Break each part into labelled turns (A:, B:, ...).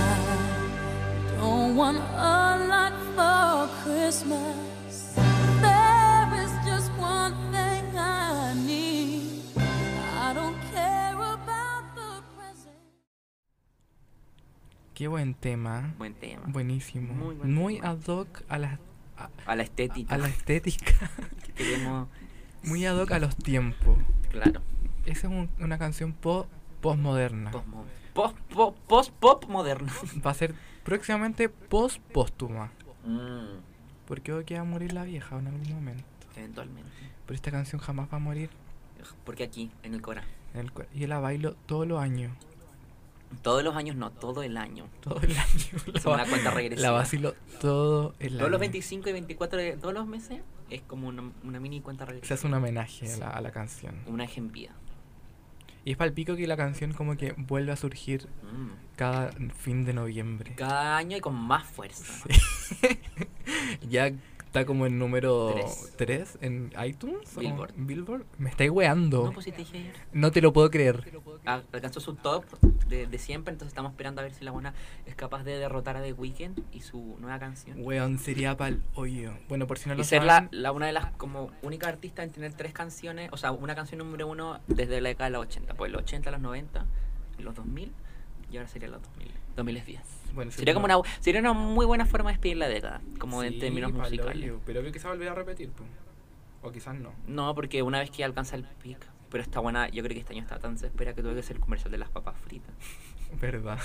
A: I don't want a lot for Christmas. There is just one thing I need. I don't care about the present.
B: Qué buen tema.
C: Buen tema.
B: Buenísimo.
C: Muy
B: Muy,
C: buen tema.
B: ad hoc a la, a,
C: A la estética.
B: a la estética.
C: que queremos.
B: Muy ad hoc a los tiempos.
C: Claro.
B: Esa es un- una canción po, postmoderna.
C: Postmo- Post, po- post pop moderno.
B: Va a ser próximamente post póstuma.
C: Mm,
B: Porque hoy que va a morir la vieja en algún momento.
C: eventualmente.
B: Pero esta canción jamás va a morir.
C: Porque aquí, en el Cora.
B: en el cua- yo la bailo todos los años.
C: Todos los años no, todo el año.
B: Todo el año. La,
C: Es
B: ba-
C: una cuenta regresiva.
B: la vacilo todo el año.
C: Todos los 25 y 24 de todos los meses es como una, una mini cuenta
B: Se
C: regresiva.
B: hace un homenaje a
C: Sí.
B: la, a la canción.
C: Una eje en vida.
B: Y es palpico que la canción como que vuelve a surgir
C: Mm.
B: cada fin de noviembre.
C: Cada año y con más fuerza.
B: Ya está como el número
C: Tres.
B: 3 en iTunes. o
C: Billboard.
B: Billboard. Me estáis weando.
C: No, pues si te dije ayer.
B: No te lo puedo creer.
C: Ah, Alcanzó su top de, de siempre, entonces estamos esperando a ver si la buena es capaz de derrotar a The Weeknd y su nueva canción.
B: Weón, sería pa'l hoyo. Bueno, por si no lo
C: Y ser la,
B: saben,
C: la una de las como única artista en tener tres canciones, o sea, una canción número uno desde la década de los 80, pues los 80, los 90, los 2000 y ahora sería los 2000, 2010.
B: bueno, sí,
C: Sería como
B: no.
C: una, sería una muy buena forma de despedir la década, como
B: Sí,
C: en términos
B: pa'l
C: musicales.
B: hoyo, Pero creo que se va a volver a repetir, po. O quizás no.
C: No, porque una vez que alcanza el pic, pero está buena, yo creo que este año está tan se espera que tuve que hacer el comercial de las papas fritas.
B: Verdad.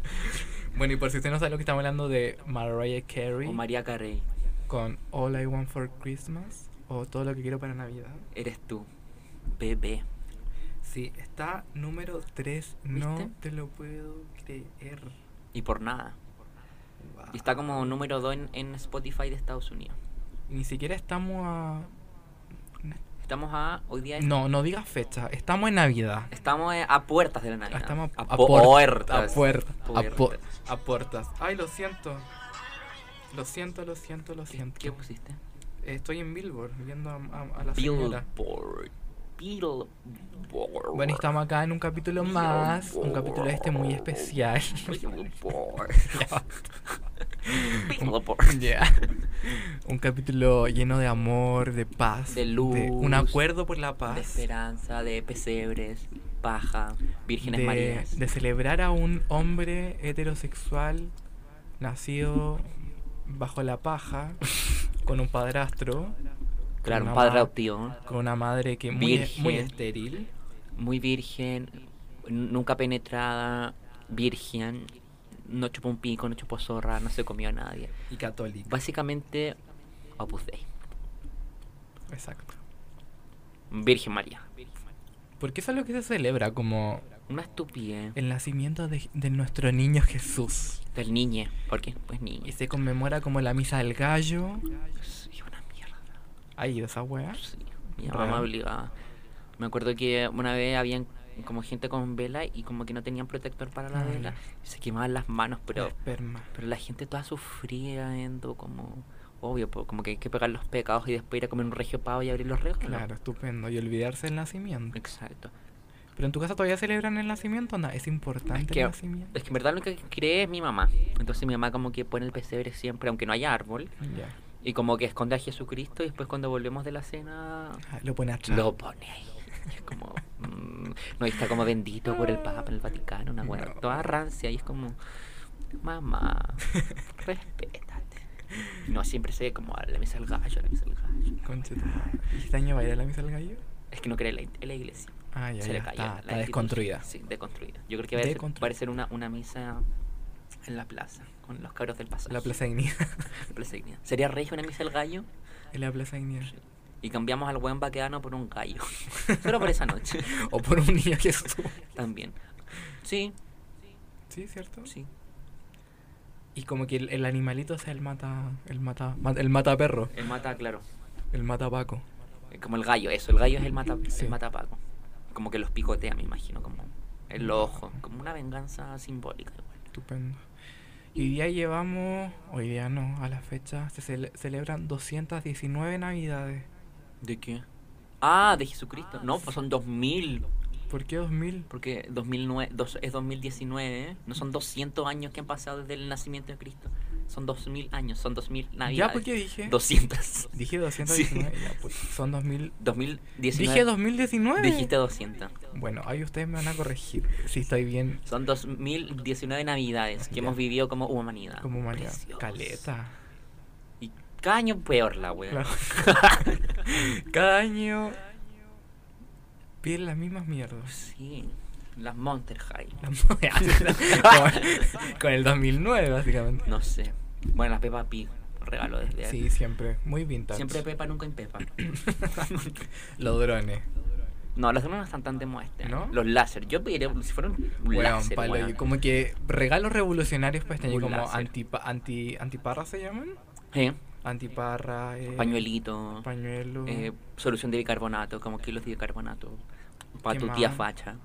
B: bueno, y por si usted no sabe lo que estamos hablando de Mariah Carey
C: O María Carey,
B: con All I Want for Christmas o Todo lo que quiero para Navidad.
C: eres tú, bebé.
B: Sí, está número 3. No
C: ¿Viste?
B: te lo puedo creer.
C: Y por nada.
B: Wow.
C: Y está como número 2 en, en Spotify de Estados Unidos.
B: Ni siquiera estamos a.
C: Estamos a. Hoy día es-
B: No, no digas fecha. Estamos en Navidad. Ah,
C: Estamos eh, a puertas de la Navidad.
B: Estamos a,
C: po-
B: puertas.
C: puertas.
B: A puertas. A,
C: Puertas.
B: pu- a puertas. Ay, lo siento. Lo siento, lo siento, lo
C: ¿Qué,
B: siento.
C: qué pusiste?
B: Estoy en Billboard viendo a, a- a la señora.
C: Billboard. Billboard.
B: Bueno, y estamos acá en un capítulo más. Un capítulo este muy especial.
C: Billboard.
B: Ya.
C: Billboard.
B: Ya. Un capítulo lleno de amor, de paz,
C: De
B: un
C: luz,
B: acuerdo por la
C: De
B: paz,
C: esperanza, de pesebres, paja, vírgenes
B: de-
C: marías.
B: de celebrar a un hombre heterosexual nacido bajo la paja, con un padrastro,
C: claro,
B: una
C: un padre
B: ma-
C: adoptivo.
B: con una madre que muy, muy
C: Virgen.
B: estéril,
C: Muy virgen, n- nunca penetrada, virgen. No chupó un pico, no chupó zorra, no se comió a nadie.
B: y católica.
C: Básicamente, Opus Dei.
B: Exacto.
C: Virgen María.
B: Porque eso es lo que se celebra, como
C: Una estupidez
B: el nacimiento de, de nuestro niño Jesús.
C: del niño. Porque pues
B: Y
C: niño.
B: se conmemora como la misa del gallo.
C: Sí, una mierda.
B: Ahí, esa wea.
C: Sí, mi
B: Real.
C: mamá me obligaba. Me acuerdo que una vez habían como gente con vela y como que no tenían protector para la
B: Ah,
C: vela. Y se quemaban las manos, pero,
B: Esperma.
C: pero la gente toda sufría viendo como... Obvio, po, como que hay que pegar los pecados y después ir a comer un regio pavo y abrir los reos. ¿no?
B: Claro, estupendo. Y olvidarse del nacimiento.
C: Exacto.
B: Pero en tu casa todavía celebran el nacimiento, onda. Es importante
C: Es que,
B: el nacimiento.
C: es que en verdad lo que cree es mi mamá. Entonces mi mamá como que pone el pesebre siempre, aunque no haya árbol.
B: Ya.
C: Y como que esconde a Jesucristo y después cuando volvemos de la cena
B: Ah, Lo pone atrás.
C: lo pone ahí. Y es como... mm, no, y está como bendito por el Papa, el Vaticano, una weá
B: No.
C: toda rancia. Y es como... Mamá, respétate. No, siempre se ve como a la misa del gallo, a la misa del gallo.
B: Concha tu madre. ¿Y este año va a ir a la misa del gallo?
C: Es que no cree en la, en la iglesia.
B: Ah, ya,
C: Se
B: ya.
C: le cayó
B: Está,
C: la- la
B: está
C: institución.
B: desconstruida.
C: Sí, deconstruida. Yo creo que va a ser,
B: Deconstruida.
C: va a ser una, una misa en la plaza, con los cabros del pasaje.
B: La Plaza Dignidad.
C: La Plaza Dignidad. Sería rey una misa del gallo
B: en la Plaza Dignidad.
C: y cambiamos al buen vaqueano por un gallo. Solo por esa noche.
B: O por un niño Jesús.
C: También. Sí,
B: Sí, ¿cierto?
C: sí.
B: Y como que el, el animalito es el mata. El mata. ma- el mata perro.
C: El mata, claro.
B: El mata paco.
C: Eh, Como el gallo, eso. El gallo es el mata,
B: Sí.
C: el matapaco. Como que los picotea, me imagino. Como el ojo. Como una venganza simbólica. igual.
B: Estupendo. Y hoy día llevamos, hoy día no, a la fecha se cele- celebran 219 navidades.
C: ¿De qué? Ah, de Jesucristo. No, pues son 2000.
B: ¿Por qué 2000?
C: Porque 2009, dos- es 2019, ¿eh? no son 200 años que han pasado desde el nacimiento de Cristo. Son 2000 años, son 2000 navidades.
B: Ya, ¿por qué dije?
C: 200.
B: Dije 219. Ya, pues, son 2000.
C: 2019.
B: Dije 2019.
C: Dijiste 200.
B: Bueno, ahí ustedes me van a corregir si estoy bien
C: Son 2019 navidades que
B: Ya.
C: hemos vivido como humanidad.
B: como humanidad.
C: Precioso.
B: Caleta.
C: Y cada año peor la wea.
B: Claro. Cada año piden las mismas mierdas.
C: Sí, las Monster High.
B: Las monedas. Como- Con el 2009, básicamente.
C: No sé. Bueno, las Peppa Pig. Regalo desde
B: Sí, siempre. Muy vintage.
C: Siempre Peppa, nunca en Peppa.
B: Los drones.
C: No, los drones no están tan de moda este año.
B: ¿No?
C: Los láser. Yo pediría si fueran un
B: Weón,
C: láser.
B: palo,
C: weón.
B: y como que regalos revolucionarios para este año,
C: Un
B: como
C: láser.
B: antipa- anti, antiparra se llaman.
C: Sí,
B: Antiparra, eh,
C: ¿Eh? Pañuelito.
B: pañuelo.
C: eh, solución de bicarbonato, como kilos de bicarbonato. Para
B: ¿Qué
C: tu tía
B: más?
C: facha.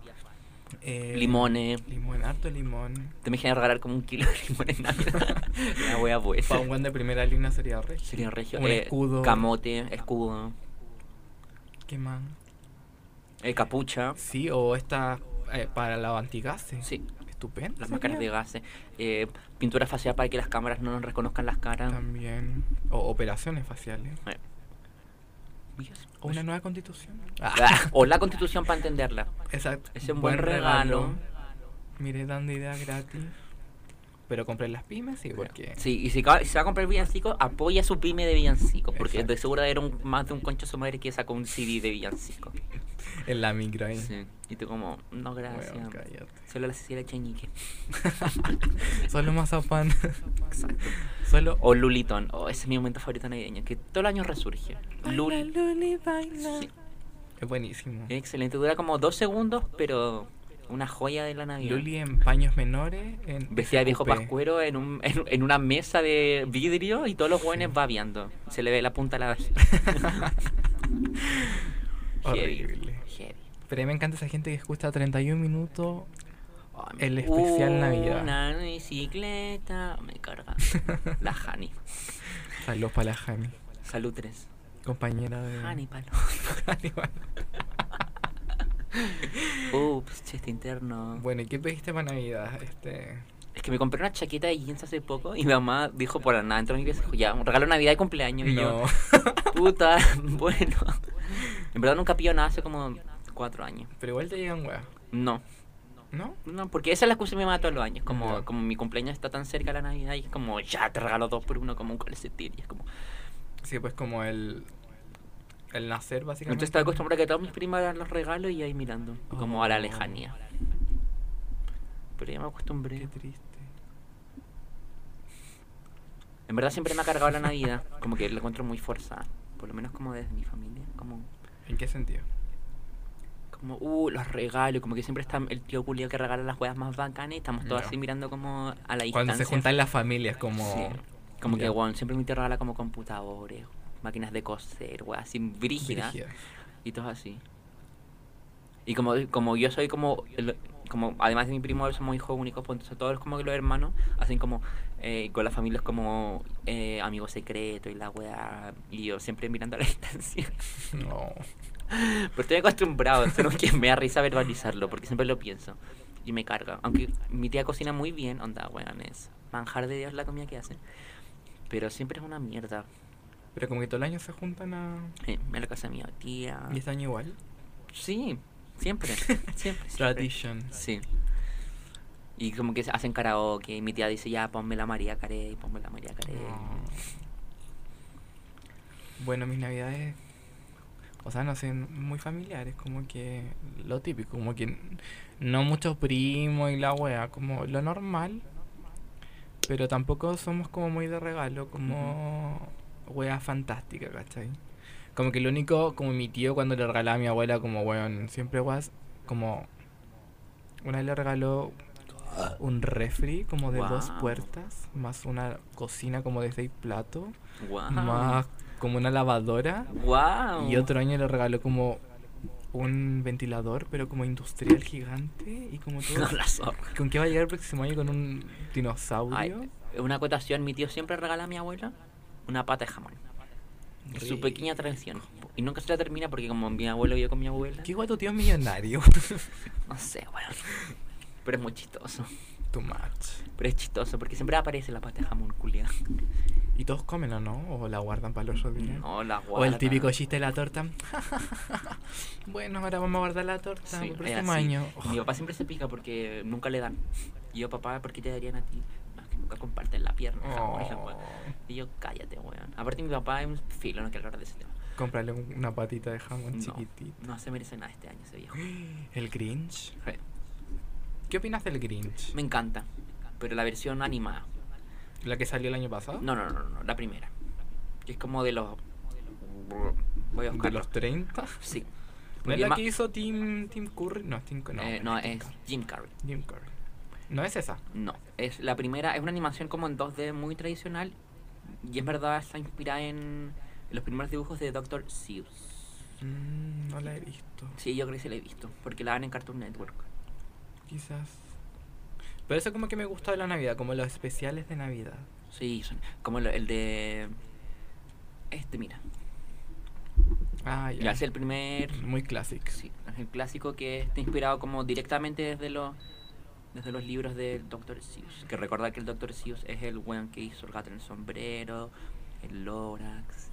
B: eh,
C: limones.
B: Limón, harto limón.
C: Te me imaginas regalar como un kilo de limón en Navidad. Una wea buena.
B: Para un guan de primera línea sería rey.
C: Sería regio.
B: Un
C: eh,
B: escudo.
C: Camote, escudo.
B: ¿Qué más?
C: eh, capucha.
B: Sí, o esta eh, para la antigases.
C: Sí.
B: Estupendo.
C: Las
B: sería.
C: máscaras de gases. eh, pintura facial para que las cámaras no nos reconozcan las caras.
B: También. O operaciones faciales.
C: Eh. Dios.
B: O una nueva constitución.
C: Ah, O la constitución para entenderla.
B: Exacto.
C: Es un buen regalo.
B: Mire, dando ideas gratis. Pero compré las pymes, sí, porque.
C: Sí, y si ca- si se va a comprar villancico, apoya su pyme de villancico. Porque de
B: Exacto.
C: seguro era un, más de un concho su madre que sacó un CD de villancico.
B: En la micro ahí.
C: Sí. Y tú, como, no, gracias.
B: Weón, cállate.
C: Solo la Cecilia Cheñique.
B: Solo mazapán.
C: Exacto.
B: Solo.
C: O Lulitón. Oh, ese es mi momento favorito navideño. Que todo el año resurge.
B: Baila,
C: Lul.
B: Luli, baila.
C: Sí. Eh,
B: Es buenísimo.
C: Es excelente. Dura como dos segundos, pero una joya de la Navidad.
B: Luli en paños menores. En
C: Vestida de viejo
B: SQP.
C: pascuero en, un, en, en una mesa de vidrio y todos los jóvenes babeando. Se le ve la punta a la vagina. Heavy,
B: Horrible.
C: heavy.
B: Pero a mí me encanta esa gente que escucha 31 minutos.
C: Ay,
B: El especial Navidad.
C: Una bicicleta. Me carga. La Hani.
B: Saludos para la Jani,
C: Salud 3.
B: compañera de.
C: Hani, palo.
B: Jani, bueno.
C: Ups, chiste interno.
B: Bueno, ¿y qué pediste para Navidad? Este.
C: Es que me compré una chaqueta de jeans hace poco y mi mamá dijo por la nada. Entró en mi casa y dijo, ya, un regalo de Navidad y cumpleaños. Y
B: No.
C: yo, puta, bueno. En verdad nunca pillo nada hace como cuatro años.
B: Pero igual te llegan weas.
C: No.
B: ¿No?
C: No, porque esa es la excusa que me mata todos los años. Como,
B: Ya.
C: como mi cumpleaños está tan cerca de la Navidad y es como, ya te regalo dos por uno, como un calcetín. Y es como.
B: Sí, pues como el. El nacer, básicamente.
C: Entonces estaba acostumbrada a que todas mis primas dan los regalos y ahí mirando, como a la lejanía. Pero ya me
B: Qué
C: acostumbré.
B: triste.
C: En verdad siempre me ha cargado la Navidad, como que la encuentro muy forzada. Por lo menos como desde mi familia, como,
B: ¿En qué sentido?
C: como uh, los regalos, como que siempre está el tío Julio que regala las huevas más bacanas y estamos todos
B: Ya.
C: así mirando como a la distancia.
B: Cuando se juntan las familias, como.
C: Sí. Como que,
B: Ya.
C: bueno, siempre mi tío regala como computadores, máquinas de coser, weas así brígidas.
B: Brígidas.
C: Y todo así. Y como, como yo soy como, el- como además de mi primo, somos hijos únicos, pues entonces todos como que los hermanos hacen como, eh, con las familias como eh, amigos secretos y la weá, y yo siempre mirando a la distancia.
B: No.
C: Pero estoy acostumbrado, solo que me da risa verbalizarlo, porque siempre lo pienso. Y me carga. Aunque mi tía cocina muy bien, onda, weón, es manjar de Dios la comida que hace. Pero siempre es una mierda.
B: Pero como que todo el año se juntan a.
C: Eh, en la casa de mi tía.
B: ¿Y este año igual?
C: Sí, Ah. siempre, siempre. siempre.
B: Tradition.
C: Sí. Y como que se hacen karaoke. Y mi tía dice, ya, ponme la María Carey, ponme la María Carey.
B: No. Bueno, mis navidades, o sea, no sé, muy familiares, como que lo típico, como que n- no muchos primos y la wea, como lo normal, pero tampoco somos como muy de regalo, como wea fantástica, ¿cachai? Como que lo único, como mi tío cuando le regalaba a mi abuela, como weón, siempre was, como, una vez le regaló un refri como de dos
C: Guau.
B: puertas, más una cocina como de seis platos,
C: Wow.
B: más como una lavadora.
C: Wow.
B: Y otro año le regaló como un ventilador, pero como industrial gigante y como todo.
C: No, la zorra.
B: ¿Con qué va a llegar el próximo año? ¿Con un
C: Ay,
B: dinosaurio?
C: una acotación, mi tío siempre regala a mi abuela una pata de jamón. Es su pequeña tradición. Y nunca se la termina porque como mi abuelo vive con mi abuela.
B: ¿Qué guay tu tío es millonario?
C: No sé, bueno. Pero es muy chistoso.
B: Too much.
C: Pero es chistoso porque siempre aparece la pata de jamón culia.
B: ¿Y todos comen o no? ¿O la guardan para los otros días?
C: No, la
B: O el
C: guardan.
B: típico chiste de la torta. bueno, ahora vamos a guardar la torta
C: Sí,
B: para el
C: es
B: próximo
C: así.
B: año.
C: Y Mi papá siempre se pica porque nunca le dan. Y yo, papá, ¿por qué te darían a ti? No, es que nunca comparten la pierna, jamón y la
B: Oh.
C: weá. Y yo, cállate, weón. Aparte, mi papá es un filo, no quiero hablar de ese tema.
B: Comprarle un- una patita de jamón
C: No,
B: chiquitita.
C: no se merece nada este año ese viejo.
B: El Grinch.
C: Re.
B: ¿Qué opinas del Grinch?
C: Me encanta, pero la versión animada.
B: ¿La que salió el año pasado?
C: No, no, no, no, no, la primera. Que es como de los. Voy
B: ¿De
C: a buscarlo.
B: los 30?
C: Sí.
B: ¿No es
C: Porque
B: la
C: ma-
B: que hizo Tim, Tim Curry? No, es Tim Curry. No,
C: eh,
B: no
C: no,
B: es Tim
C: es
B: Curry.
C: Jim Carrey.
B: Jim Curry. No es esa.
C: No, es la primera, es una animación como en 2D muy tradicional y es verdad está inspirada en los primeros dibujos de Dr. Seuss.
B: Mm, no la he visto.
C: Sí, yo creo que sí la he visto, porque la dan en Cartoon Network.
B: Quizás. Pero eso como que me gusta de la Navidad, como los especiales de Navidad.
C: Sí, son como el, el de... Este, mira,
B: Ah, ya.
C: ya es el primer...
B: Muy clásico.
C: Sí, es el clásico que está inspirado como directamente desde los desde los libros del Dr. Seuss. Que recordar que el Dr. Seuss es el weón que hizo el gato en el sombrero, el Lorax.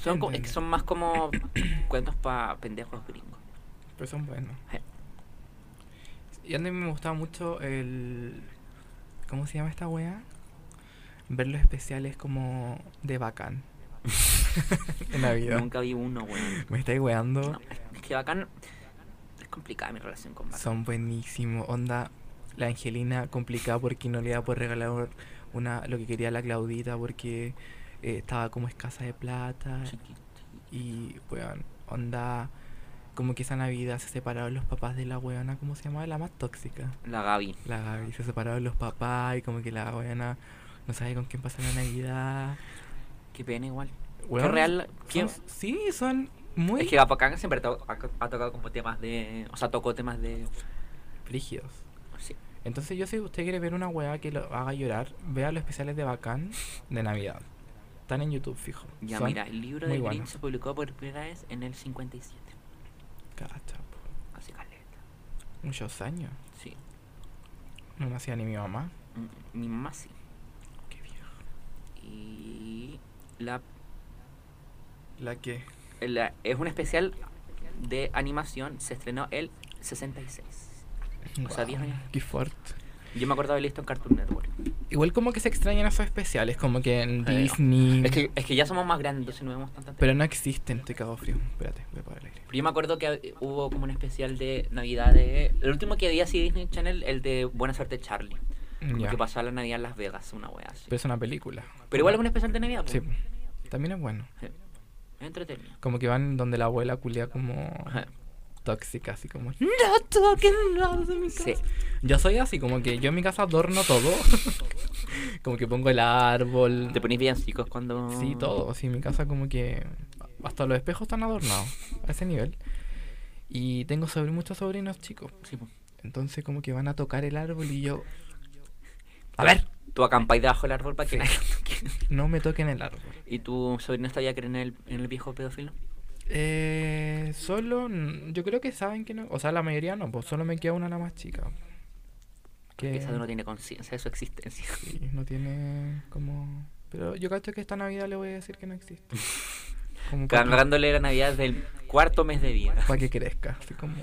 C: Son, co- es que son más como cuentos para pendejos gringos.
B: Pero son buenos.
C: Sí.
B: Y a mí me gustaba mucho el... ¿Cómo se llama esta wea? Ver los especiales como de bacán. en Navidad.
C: Nunca vi uno, weón.
B: Me estáis weando.
C: No, es que bacán. Es complicada mi relación con bacán.
B: Son buenísimos. Onda, la Angelina complicada porque no le iba a poder regalar una, lo que quería la Claudita porque eh, estaba como escasa de plata.
C: Chiquito.
B: Y, weón, onda, como que esa Navidad se separaron los papás de la weona, ¿cómo se llamaba? La más tóxica.
C: La Gaby.
B: La Gaby se separaron los papás y como que la weona no sabe con quién pasar la Navidad.
C: Qué pena igual.
B: Weón,
C: real-
B: son-
C: ¿quién-
B: sí, son muy
C: Es que Bacán siempre to- ha, ha tocado como temas de. O sea, tocó temas de.
B: frígidos.
C: Sí.
B: Entonces yo si usted quiere ver una weá que lo haga llorar, vea los especiales de Bacán de Navidad. Están en YouTube, fijo.
C: Ya,
B: Son-
C: mira, el libro
B: muy
C: de Grinch
B: bueno.
C: se publicó por primera vez en el 57.
B: Cacha, po.
C: Así caleta.
B: Muchos años.
C: Sí.
B: No me hacía ni mi mamá.
C: Mm, Mi mamá sí.
B: Qué viejo.
C: Y. La,
B: ¿La que
C: la- es un especial de animación. Se estrenó el 66. O sea, 10 años.
B: Qué fuerte.
C: Yo me acordaba de esto en Cartoon Network.
B: Igual como que se extrañan esos especiales, como que en
C: Sí.
B: Disney...
C: Es que, es que ya somos más grandes, entonces no vemos tanta tele.
B: Mm. Pero no existen, estoy cagado frío. Espérate, voy a apagar el aire.
C: Pero yo me acuerdo que eh, hubo como un especial de Navidad de... El último que vi así Disney Channel, el de Buena Suerte Charlie. Como
B: Ya.
C: que pasaba la Navidad en Las Vegas, una wea así.
B: Pero es una película.
C: Pero igual es un especial de Navidad. po.
B: Sí. También es bueno.
C: Sí. Es entretenido.
B: Como que van donde la abuela culea como
C: Ajá.
B: tóxica, así como... No toquen nada de mi casa.
C: Sí.
B: Yo soy así, como que yo en mi casa adorno todo. como que pongo el árbol.
C: Te ponís villancicos cuando...
B: Sí, todo. Sí, mi casa como que... Hasta los espejos están adornados. A ese nivel. Y tengo sobre muchos sobrinos chicos.
C: Sí, po.
B: Entonces como que van a tocar el árbol y yo... A ver,
C: Tú acampáis debajo del árbol para que... nadie te toque.
B: no me toquen el árbol.
C: ¿Y tu sobrino sabía que era en el, en el viejo pedófilo?
B: Eh, solo, n- yo creo que saben que no, o sea, la mayoría no, pues solo me queda una la más chica. Que
C: Quizás uno tiene conciencia de su existencia.
B: sí, no tiene como... Pero yo cacho que esta Navidad le voy a decir que no existe. Como para que,
C: Cargándole la Navidad del cuarto mes de vida.
B: pa' que crezca, así como...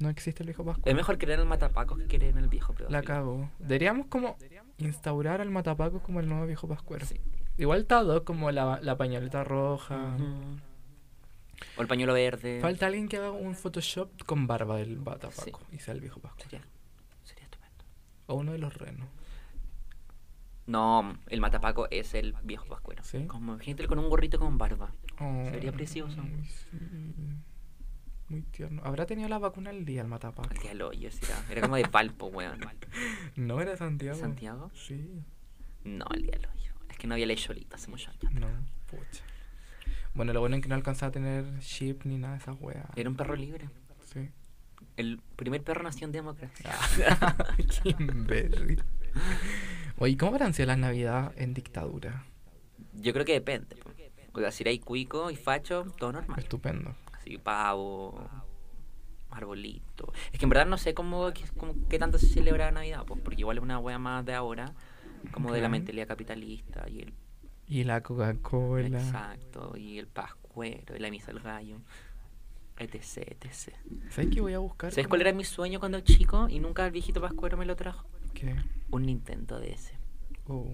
B: No existe el viejo Pascual.
C: Es mejor creer en el matapacos que creer en el viejo pedófilo.
B: La cago. Deberíamos como instaurar al Matapaco como el nuevo viejo Pascuero.
C: Sí.
B: Igual está Doc como la, la pañoleta roja.
C: Ujú. O el pañuelo verde.
B: Ah. Falta alguien que haga un Photoshop con barba del
C: Sí.
B: Matapaco y sea el viejo Pascuero.
C: Sería, sería estupendo.
B: O uno de los renos.
C: No, el matapaco es el viejo pascuero.
B: ¿Sí?
C: Como imagínate con un gorrito con barba.
B: Oh,
C: Sería precioso.
B: ay, sí. Muy tierno. ¿Habrá tenido la vacuna el día el Matapaco?
C: Al día del hoyo, sí, era, era como de palpo, weón.
B: No era de Santiago.
C: ¿Santiago?
B: Sí.
C: No, el día del hoyo. Es que no había ley solita hace muchos años.
B: No, pucha. Bueno, lo bueno es que no alcanzaba a tener chip ni nada de esas weas.
C: Era un perro libre.
B: Sí.
C: El primer perro nació en democracia.
B: Qué imbécil. Oye, ¿cómo habrán sido las navidades en dictadura?
C: Yo creo que depende. po. O sea, si hay cuico y facho, todo normal.
B: Estupendo.
C: Así, pavo, arbolito. Es que en verdad no sé cómo, qué- cómo- qué tanto se celebra Navidad, pues, porque igual es una wea más de ahora, como de la
B: Claro.
C: mentalidad capitalista y el
B: Y la Coca-Cola.
C: exacto, y el pascuero, y la misa del gallo, etc, etc.
B: ¿Sabes qué voy a buscar?
C: ¿Sabes cuál era mi sueño cuando chico y nunca el viejito pascuero me lo trajo?
B: ¿Qué?
C: Un Nintendo DS,
B: Oh.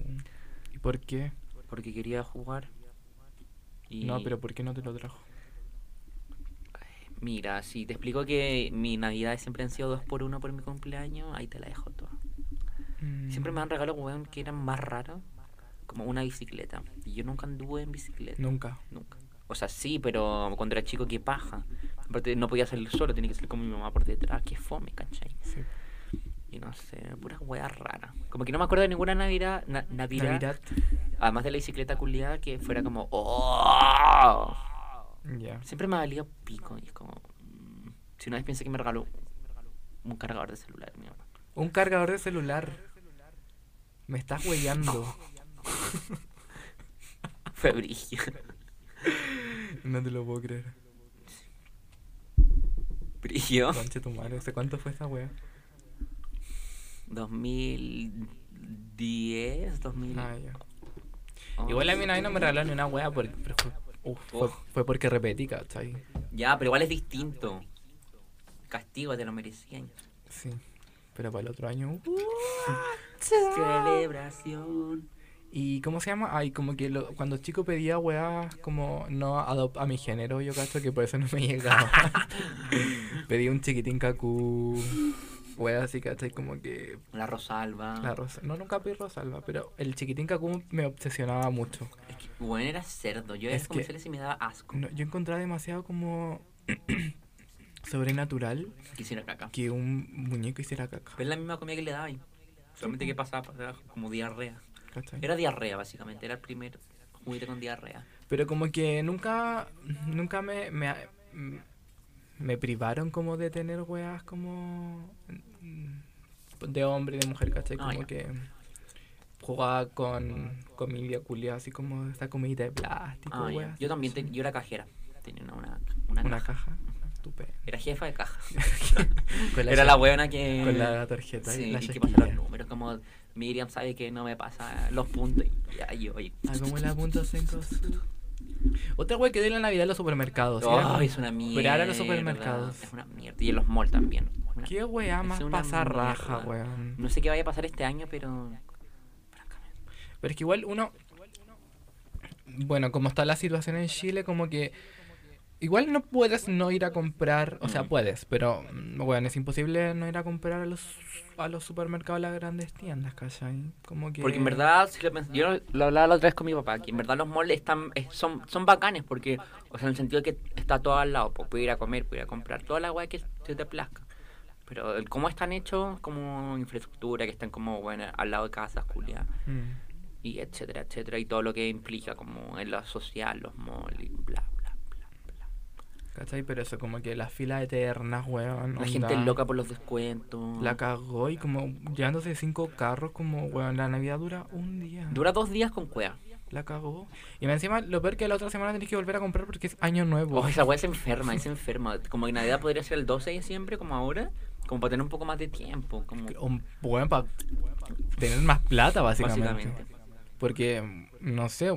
B: ¿Y por qué?
C: porque quería jugar. Y
B: No, pero ¿por qué no te lo trajo?
C: Mira, si te explico que mi Navidad siempre han sido dos por uno por mi cumpleaños, ahí te la dejo toda. Siempre
B: Mm,
C: me han regalado weón que eran más raros, como una bicicleta. Y yo nunca anduve en bicicleta.
B: Nunca.
C: Nunca. O sea, sí, pero cuando era chico, qué paja. Aparte, no podía salir solo, tenía que salir con mi mamá por detrás, qué fome, ¿cachai?
B: Sí.
C: Y no sé, puras weas raras. Como que no me acuerdo de ninguna Navidad, na- Navidad,
B: Navidad.
C: además de la bicicleta culiada, que fuera como, ¡Oh!
B: Ya.
C: Siempre me ha valido pico. Y es como, mm, si una vez pensé que me regaló un cargador de celular, mi mamá.
B: Un cargador de celular. Me estás huellando.
C: Fue brillo.
B: no te lo puedo creer.
C: Brillo.
B: Conche tu madre. o sea, ¿Cuánto fue esta wea?
C: 2010, 2000.
B: Ah, ya. Igual a mí nadie no me regaló ni una wea por, pero fue, uf, fue,
C: Oh.
B: fue porque repetí, ¿cachai?
C: Ya, pero igual es distinto. Castigo, te lo merecían.
B: Sí. Pero para el otro año. uh.
C: Celebración.
B: ¿Y cómo se llama? Ay, como que lo- cuando chico pedía weas como no adop a mi género, yo cacho que por eso no me llegaba. Pedí un chiquitín cacú. Weas así, ¿cachai? Como que
C: La Rosalba.
B: La rosa. No, nunca pedí Rosalba, pero el chiquitín Kaku me obsesionaba mucho.
C: Es que, bueno, era cerdo. Yo
B: Es
C: era
B: que-
C: como y me daba asco.
B: No, yo encontraba demasiado como sobrenatural
C: Quisiera caca.
B: que un muñeco hiciera caca.
C: Pero es la misma comida que le daba ahí. Solamente que pasaba por debajo, como diarrea.
B: ¿cachai?
C: Era diarrea, básicamente. Era el primer juguete con diarrea.
B: Pero como que nunca, nunca me, me, me privaron como de tener weas como mm, de hombre y de mujer, ¿cachai?
C: Ah,
B: Como
C: ya.
B: que jugaba con comida culia, así como esta comidita de plástico,
C: Ah, ya.
B: weas.
C: Yo también, te-
B: así.
C: yo era cajera. Tenía una, una, una
B: Una
C: caja.
B: caja. Estupendo.
C: Era jefa de caja.
B: Con la
C: Era la
B: che-
C: buena que.
B: Con la tarjeta.
C: Sí,
B: la
C: y que
B: chasquilla.
C: pasa los números. Como Miriam sabe que no me pasa los puntos. Y ya, yo, oye.
B: Ah, como la punto cinco. Otra wea que de la Navidad en los supermercados. era como-
C: Ay, oh, es una mierda.
B: Oh, Pero ahora los supermercados.
C: Es una mierda. Y en los malls también. Una-
B: Qué wea
C: es
B: más
C: una
B: pasarraja,
C: mierda.
B: weón.
C: No sé qué vaya a pasar este año, pero. francamente,
B: Pero es que igual uno. Bueno, como está la situación en Chile, como que. Igual no puedes no ir a comprar, o sea,
C: Mm.
B: puedes, pero mm, bueno, es imposible no ir a comprar a los a los supermercados, a las grandes tiendas, ¿cachai? Como que
C: Porque en verdad, si lo pens- yo lo hablaba la otra vez con mi papá, que en verdad los malls están, es- son, son bacanes, porque, o sea, en el sentido que está todo al lado, pues puedes ir a comer, puedes ir a comprar, toda la weá que se te plazca. Pero el cómo están hechos, como infraestructura, que están como, bueno, al lado de casas, culia,
B: Mm.
C: y etcétera, etcétera, y todo lo que implica como en la social, los malls, y bla, bla, bla, bla.
B: ¿Cachai? Pero eso, como que las filas eternas, weón.
C: La gente
B: onda.
C: loca por los descuentos.
B: La cagó y como llevándose cinco carros, como, weón, la Navidad dura un día.
C: Dura dos días con cueva.
B: La cagó. Y más encima, lo peor que la otra semana tenés que volver a comprar porque es año nuevo.
C: Oh, esa weá se enferma, se enferma. Como que Navidad podría ser el 12 de diciembre, como ahora, como para tener un poco más de tiempo. Como...
B: Un buen para tener más plata, básicamente.
C: Básicamente.
B: Porque, no sé,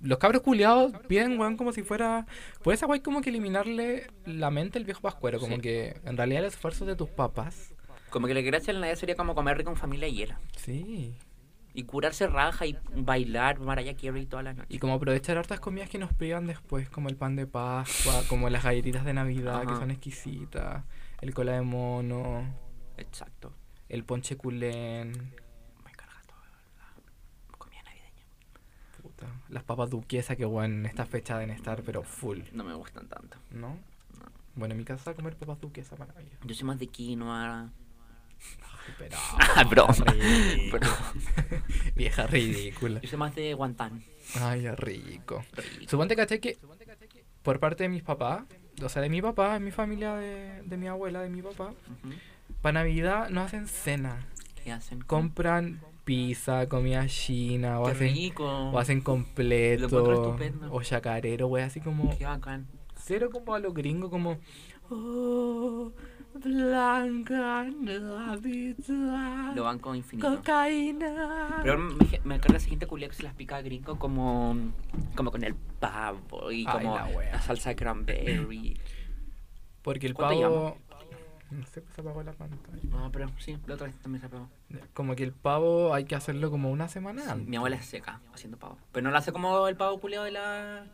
B: los cabros culiados piden, weón, como si fuera... Por esa weón como que eliminarle la mente al viejo pascuero. Como
C: Sí.
B: que, en realidad, el esfuerzo de tus papás.
C: Como que la gracia de la Navidad sería como comer rico en familia y era.
B: Sí.
C: Y curarse raja y bailar Mariah Carey toda la noche.
B: Y como aprovechar hartas comidas que nos privan después, como el pan de Pascua, como las galletitas de Navidad, que
C: Ajá.
B: son exquisitas, el cola de mono,
C: Exacto.
B: el ponche culén,
C: Me carga todo. la Comida navideña.
B: puta, las papas duquesas que, bueno, en esta fecha deben estar, pero full,
C: No me gustan tanto.
B: ¿no? Bueno, en mi casa comer papas duquesas, maravilla.
C: Yo soy más de quinoa.
B: Pero,
C: Ah, bro.
B: ridícula.
C: Bro.
B: vieja ridícula.
C: Yo soy más de guantán.
B: Ay, ya rico.
C: Rico.
B: Suponte, caché que por parte de mis papás, o sea, de mi papá, de mi familia, de, de mi abuela, de mi papá,
C: Ujú.
B: Para Navidad no hacen cena.
C: ¿Qué hacen?
B: Compran pizza, comida china, o
C: Qué
B: hacen,
C: rico.
B: o hacen
C: encuentro
B: completo,
C: estupendo.
B: o chacarero, wey, así como
C: Qué bacán.
B: cero como a los gringos, como oh, blanca Navidad,
C: Lo banco infinito.
B: cocaína.
C: Pero me, mm, me encanta la siguiente culia que se las pica a gringo como, como con el pavo y
B: Ay,
C: como
B: la wea.
C: la salsa de cranberry.
B: Porque el
C: ¿Cuánto
B: pavo. No sé, pues apagó la pantalla.
C: No, pero sí, la otra vez también se pavo.
B: Como que el pavo hay que hacerlo como una semana
C: Sí,
B: antes.
C: mi abuela es seca haciendo pavo. Pero no lo hace como el pavo culiado de la,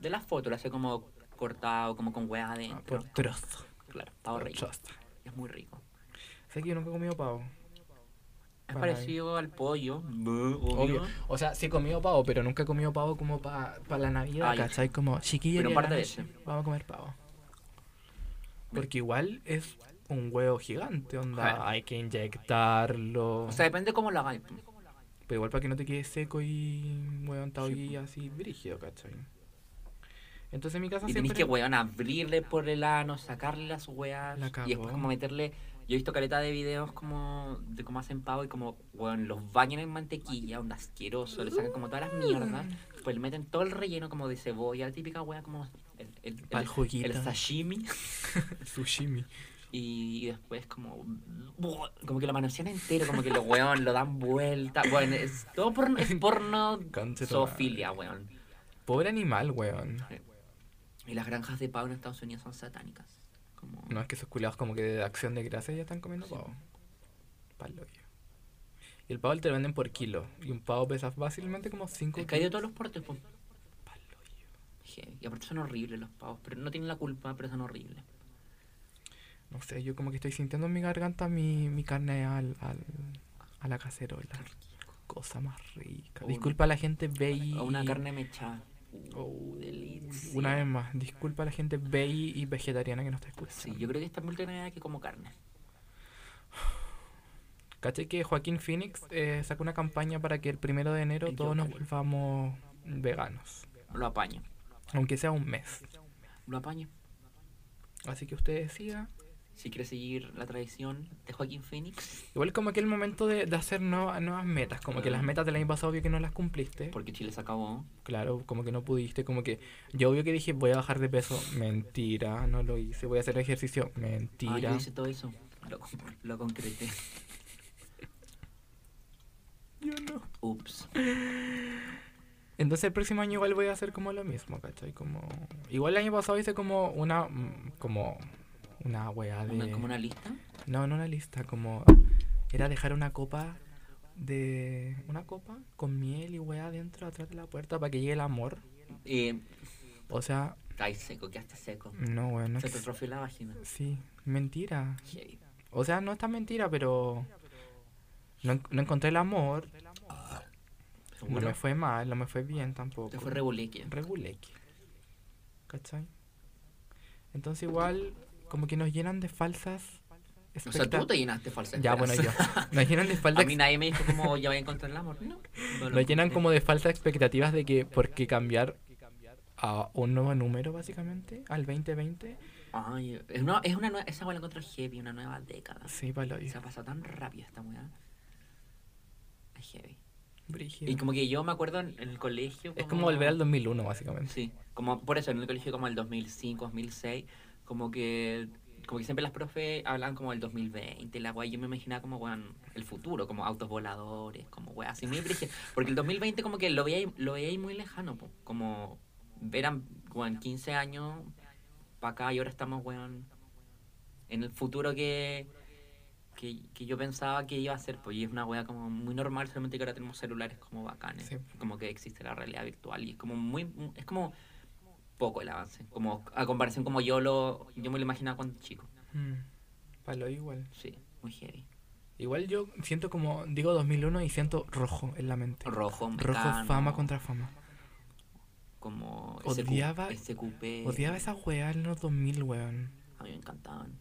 C: de la foto, lo hace como cortado, como con hueá
B: Ah,
C: adentro.
B: por trozo.
C: Claro, pavo
B: por
C: rico.
B: trozo.
C: Es muy rico.
B: Sé que yo nunca he comido pavo.
C: Es
B: Para
C: parecido al pollo. Buh,
B: Obvio.
C: Obvio.
B: O sea, sí he comido pavo, pero nunca he comido pavo como para la Navidad,
C: Ah, ya.
B: ¿cachai? Como chiquilla.
C: Pero un
B: llega
C: par de
B: la noche, Vamos a comer pavo. Porque igual es un huevo gigante, onda.
C: Claro.
B: Hay que inyectarlo.
C: O sea, depende cómo lo hagáis.
B: pero igual para que no te quede seco y huevón y así brígido, ¿cachai? Entonces en mi casa
C: Y tenéis
B: siempre...
C: que, weón, abrirle por el ano, sacarle las weas.
B: La
C: Y después,
B: cagó.
C: como meterle. Yo he visto caleta de videos como de cómo hacen pavo y como, weón, los bañan en mantequilla, onda asqueroso, le sacan como todas las mierdas. Pues le meten todo el relleno como de cebolla, la típica wea como el, el,
B: Pa'l
C: el,
B: juguito.
C: el sashimi.
B: Sushimi.
C: Y después, como, como que lo manosean entero, como que lo weón, lo dan vuelta. Bueno, es todo porno, es porno
B: Concha tu
C: zoofilia, weón.
B: Pobre animal, weón.
C: Y las granjas de pavo en Estados Unidos son satánicas. Como...
B: No es que esos culiados como que de acción de gracia ya están comiendo pavo. Palo yo. Y el pavo te lo venden por kilo. Y un pavo pesa fácilmente como 5
C: Es que hay de todos los portes, po. Heavy. Y aparte son horribles los pavos, pero no tienen la culpa, pero son horribles.
B: No sé, yo como que estoy sintiendo en mi garganta mi, mi carne al, al, a la cacerola. Cosa más rica.
C: O un-
B: Disculpa a la gente bella.
C: O una carne mechada.
B: Oh,
C: delicia.
B: Una vez más, disculpa a la gente bella y vegetariana que no está
C: Sí,
B: escuchando.
C: yo creo que esta es mi última Navidad que como carne.
B: Caché que Joaquín Phoenix eh, sacó una campaña para que el primero de enero
C: Hay que
B: todos nos
C: buscarlo.
B: volvamos veganos.
C: Lo apaño.
B: Aunque sea un mes.
C: Lo apaño.
B: Así que usted decida.
C: Si quieres seguir la tradición de Joaquín Phoenix,
B: Igual como que el momento de, de hacer nueva- nuevas metas. Como que las
C: Claro.
B: metas del año pasado obvio que no las cumpliste.
C: porque Chile se acabó.
B: Claro, como que no pudiste. Como que yo obvio que dije voy a bajar de peso. Mentira, no lo hice. Voy a hacer ejercicio.
C: Ah, yo
B: Mentira.
C: hice todo eso. Lo, con- lo concreté.
B: Yo no.
C: Ups.
B: Entonces el próximo año igual voy a hacer como lo mismo, ¿cachai? Como... Igual el año pasado hice como una... mm, Como... Una weá de...
C: Una, como una lista.
B: No, no una lista, como era dejar una copa de una copa con miel y weá adentro atrás de la puerta para que llegue el amor.
C: Eh,
B: O sea,
C: ay, seco, quedaste seco.
B: no, weón, no
C: Se te
B: ex-
C: atrofió la vagina.
B: sí, mentira.
C: Heavy.
B: O sea, no es tan mentira, pero no, en- no encontré el amor, no
C: Seguro.
B: me fue mal, no me fue bien tampoco.
C: Te fue rebulique.
B: Reguleque. ¿Cachai? Entonces igual como que nos llenan de falsas
C: O sea, tú
B: expecta-
C: te llenaste falsa
B: Ya, bueno, yo.
C: esperanza.
B: Nos llenan de falsas
C: A mí nadie me dijo cómo ya voy a encontrar el amor. No. no lo
B: Lo llenan
C: encontré.
B: como de falsas expectativas de que porque cambiar a un nuevo número, básicamente, al 2020,
C: Ay, es una, es una nueva, esa weá la encuentro heavy, una nueva década.
B: sí, palo,
C: Se ha pasado tan rápido esta weá. Es heavy.
B: brígido.
C: Y como que yo me acuerdo en en el colegio.
B: Es como volver al 2001, básicamente.
C: Sí, como por eso en el colegio como el 2005, 2006, como que como que siempre las profes hablan como del 2020, la guay, yo me imaginaba como weón, el futuro, como autos voladores, como weón, así muy brígido, porque el 2020 como que lo veía ahí- lo veía ahí muy lejano, po, como eran weón, 15 años para acá y ahora estamos weón en el futuro que que, que yo pensaba que iba a ser, pues, y es una wea como muy normal, solamente que ahora tenemos celulares como bacanes,
B: Sí.
C: como que existe la realidad virtual, y es como muy, es como poco el avance, como a comparación como yo lo, yo me lo imaginaba cuando chico,
B: Mm, Palo igual.
C: sí, muy heavy,
B: Igual yo siento como, digo 2001 y siento rojo en la mente.
C: rojo,
B: Rojo,
C: metano,
B: fama contra fama.
C: como
B: Odiaba-
C: ese cupé,
B: Odiaba esa weá en los 2000, weón.
C: a mí me encantaban,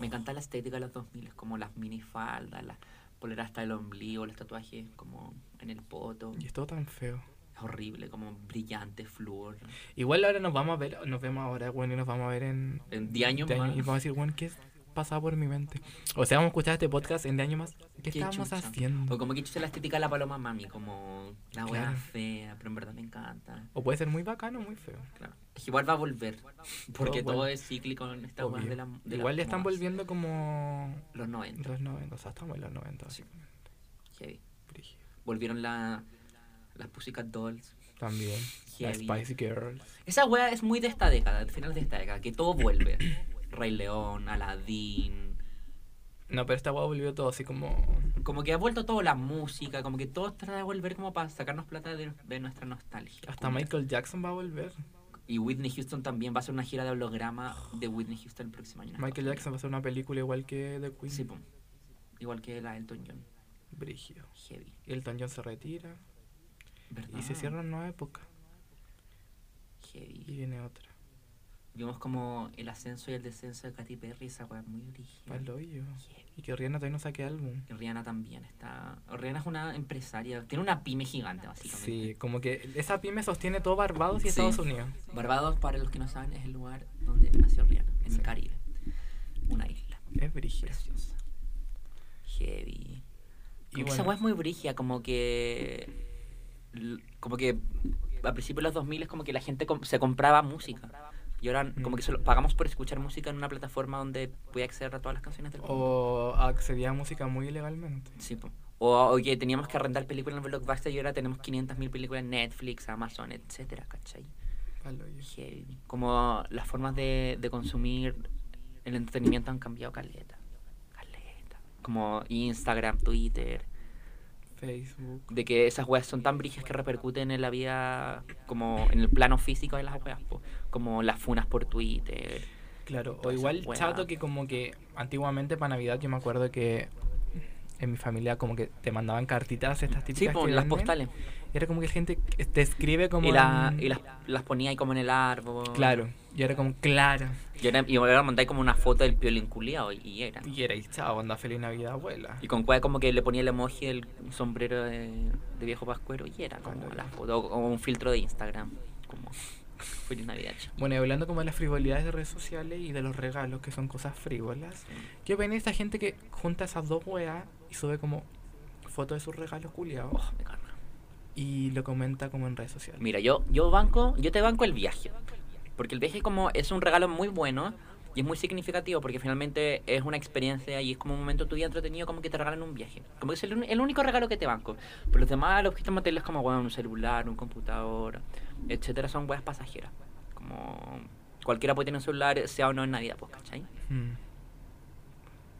C: me encantaba la estética de los 2000, es como las minifaldas, las poleras hasta el ombligo, los tatuajes como en el poto,
B: Y es todo tan feo.
C: es horrible, como brillante, flúor,
B: Igual ahora nos vamos a ver, nos vemos ahora, weón, y nos vamos a ver en...
C: en 10 años
B: Eh, de año,
C: más.
B: Y vamos a decir, weón, ¿qué es, pasaba por mi mente. O sea, vamos a escuchar este podcast en de año más. ¿Qué, estábamos
C: chucha.
B: haciendo?
C: O como que chucha la estética de la paloma mami, como la wea
B: Claro.
C: fea, pero en verdad me encanta.
B: O puede ser muy bacano o muy feo.
C: Claro. Es que Igual va a volver, porque
B: Todo
C: todo
B: vuelve.
C: es cíclico en esta wea
B: Obvio.
C: de la. de
B: Igual ya
C: las
B: están
C: modas.
B: volviendo como
C: Los 90,
B: los 90, o sea, estamos en los 90.
C: Sí. heavy.
B: brígido.
C: Volvieron la, las músicas dolls.
B: También. Las
C: Heavy.
B: Spice Girls.
C: Esa wea es muy de esta década, al final de esta década, que todo vuelve. Rey León, Aladdin.
B: No, pero esta hueá volvió todo así como...
C: Como que ha vuelto toda la música, como que todo trata de volver como para sacarnos plata de, de nuestra nostalgia.
B: Hasta
C: Puta.
B: Michael Jackson va a volver.
C: Y Whitney Houston también va a hacer una gira de holograma de Whitney Houston el próximo año. en
B: Michael
C: Estados
B: Jackson va a hacer una película igual que The
C: Unidos.
B: Queen.
C: Ah. Sí, pum. Igual que la Elton John.
B: Brígido.
C: Heavy.
B: Elton John se retira
C: ¿Verdad?
B: y se cierra una nueva época. Y
C: Heavy.
B: viene otra.
C: Vimos como el ascenso y el descenso de Katy Perry, esa weá muy original.
B: Paloyo. Y que Rihanna todavía no saque álbum.
C: Rihanna también está. Rihanna es una empresaria. Tiene una pyme gigante,
B: Sí,
C: básicamente.
B: como que esa pyme sostiene todo Barbados y
C: Sí.
B: Estados Unidos.
C: Barbados, para los que no saben, es el lugar donde nació Rihanna, en
B: Sí.
C: el Caribe. Una isla
B: Es brígido.
C: preciosa. Heavy.
B: Y
C: Como que esa weá
B: bueno,
C: es muy brigia, como que. l- Como que a principios de los 2000 es como que la gente com- se compraba música. Y ahora,
B: Mm.
C: como que solo pagamos por escuchar música en una plataforma donde podía acceder a todas las canciones del mundo.
B: o accedía a música muy ilegalmente.
C: Sí, po. o, o que teníamos que arrendar películas en Blockbuster y ahora tenemos 500.000 películas en Netflix, Amazon, etcétera, ¿cachai?
B: Paloyo.
C: Heavy. Como las formas de, de consumir el entretenimiento han cambiado caleta. Caleta. Como Instagram, Twitter.
B: Facebook.
C: de que esas weas son tan brillas que repercuten en la vida, como en el plano físico de las weas, po. como las funas por Twitter.
B: Claro, o
C: Todas esas
B: igual
C: weas.
B: chato que como que antiguamente para Navidad yo me acuerdo que en mi familia como que te mandaban cartitas estas
C: Sí,
B: típicas
C: po,
B: que
C: las
B: venden.
C: postales.
B: Y Era como que gente que te escribe como.
C: Y, la,
B: en-
C: y las, las ponía ahí como en el árbol.
B: Claro, y era como, claro.
C: Y ahora, y ahora mandáis como una foto del piolín culiao y era.
B: Y era, y chao, onda, feliz Navidad, abuela.
C: Y con cueva como que le ponía el emoji del sombrero de, de viejo pascuero y era como
B: Cuando
C: la
B: ya.
C: foto, o como un filtro de Instagram. Como feliz Navidad. chico.
B: Bueno, y hablando como de las frivolidades de redes sociales y de los regalos, que son cosas frívolas, ¿qué opina esta gente que junta esas dos weas y sube como fotos de sus regalos culiados
C: Oh, me carga.
B: y lo comenta como en redes sociales?
C: Mira, yo, yo banco, yo te banco el viaje. Porque el viaje como es un regalo muy bueno y es muy significativo porque finalmente es una experiencia y es como un momento tuyo entretenido como que te regalan un viaje. Como que es el, un- el único regalo que te banco. Pero los demás los objetos materiales como bueno, un celular, un computador, etcétera, son weas pasajeras. Como cualquiera puede tener un celular, sea o no en Navidad, pues, ¿cachai?
B: Mm.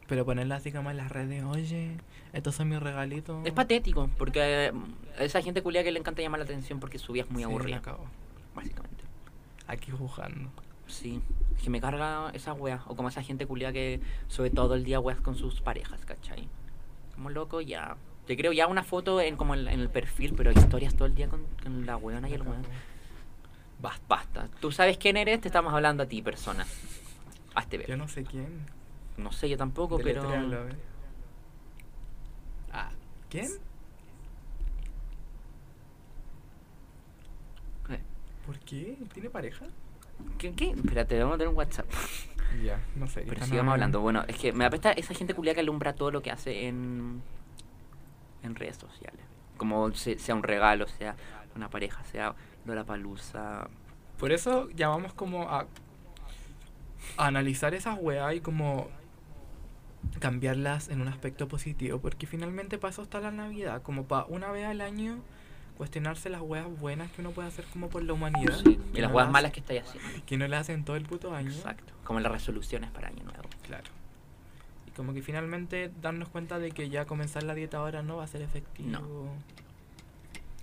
B: Pero ponerla así como en las redes, oye, estos son mis regalitos.
C: Es patético porque eh, esa gente culia que le encanta llamar la atención porque su vida es muy
B: Sí, la
C: aburrida,
B: cago.
C: básicamente.
B: Aquí juzgando.
C: Sí, es que me carga esa wea. O como esa gente culia que sube todo el día weas con sus parejas, ¿cachai? Como loco, ya. Te creo ya una foto en como en, en el perfil, pero historias todo el día con, con la weona y el weón. Basta, basta. Tú sabes quién eres, te estamos hablando a ti, persona. Hazte
B: Yo
C: ver.
B: no sé quién.
C: No sé, yo tampoco, pero.
B: Deletréalo, a ver. Ah, ¿quién?
C: Eh,
B: ¿Por qué? ¿Tiene pareja?
C: ¿Qué? qué? Espérate, vamos a tener un WhatsApp.
B: Ya, no sé.
C: Pero
B: quizás
C: sigamos
B: no-
C: hablando. Bueno, es que me apesta esa gente culia que alumbra todo lo que hace en, en redes sociales. Como se- sea un regalo, sea una pareja, sea la Palusa.
B: Por eso llamamos como a, a analizar esas weas y como cambiarlas en un aspecto positivo. Porque finalmente para eso está la Navidad, como para una vez al año cuestionarse las weas buenas que uno puede hacer como por la humanidad.
C: Y las
B: no
C: huevas
B: las-
C: malas que estáis haciendo.
B: Que no le hacen todo el puto año.
C: Exacto. Como las resoluciones para Año Nuevo.
B: Claro. Y como que finalmente darnos cuenta de que ya comenzar la dieta ahora no va a ser efectivo.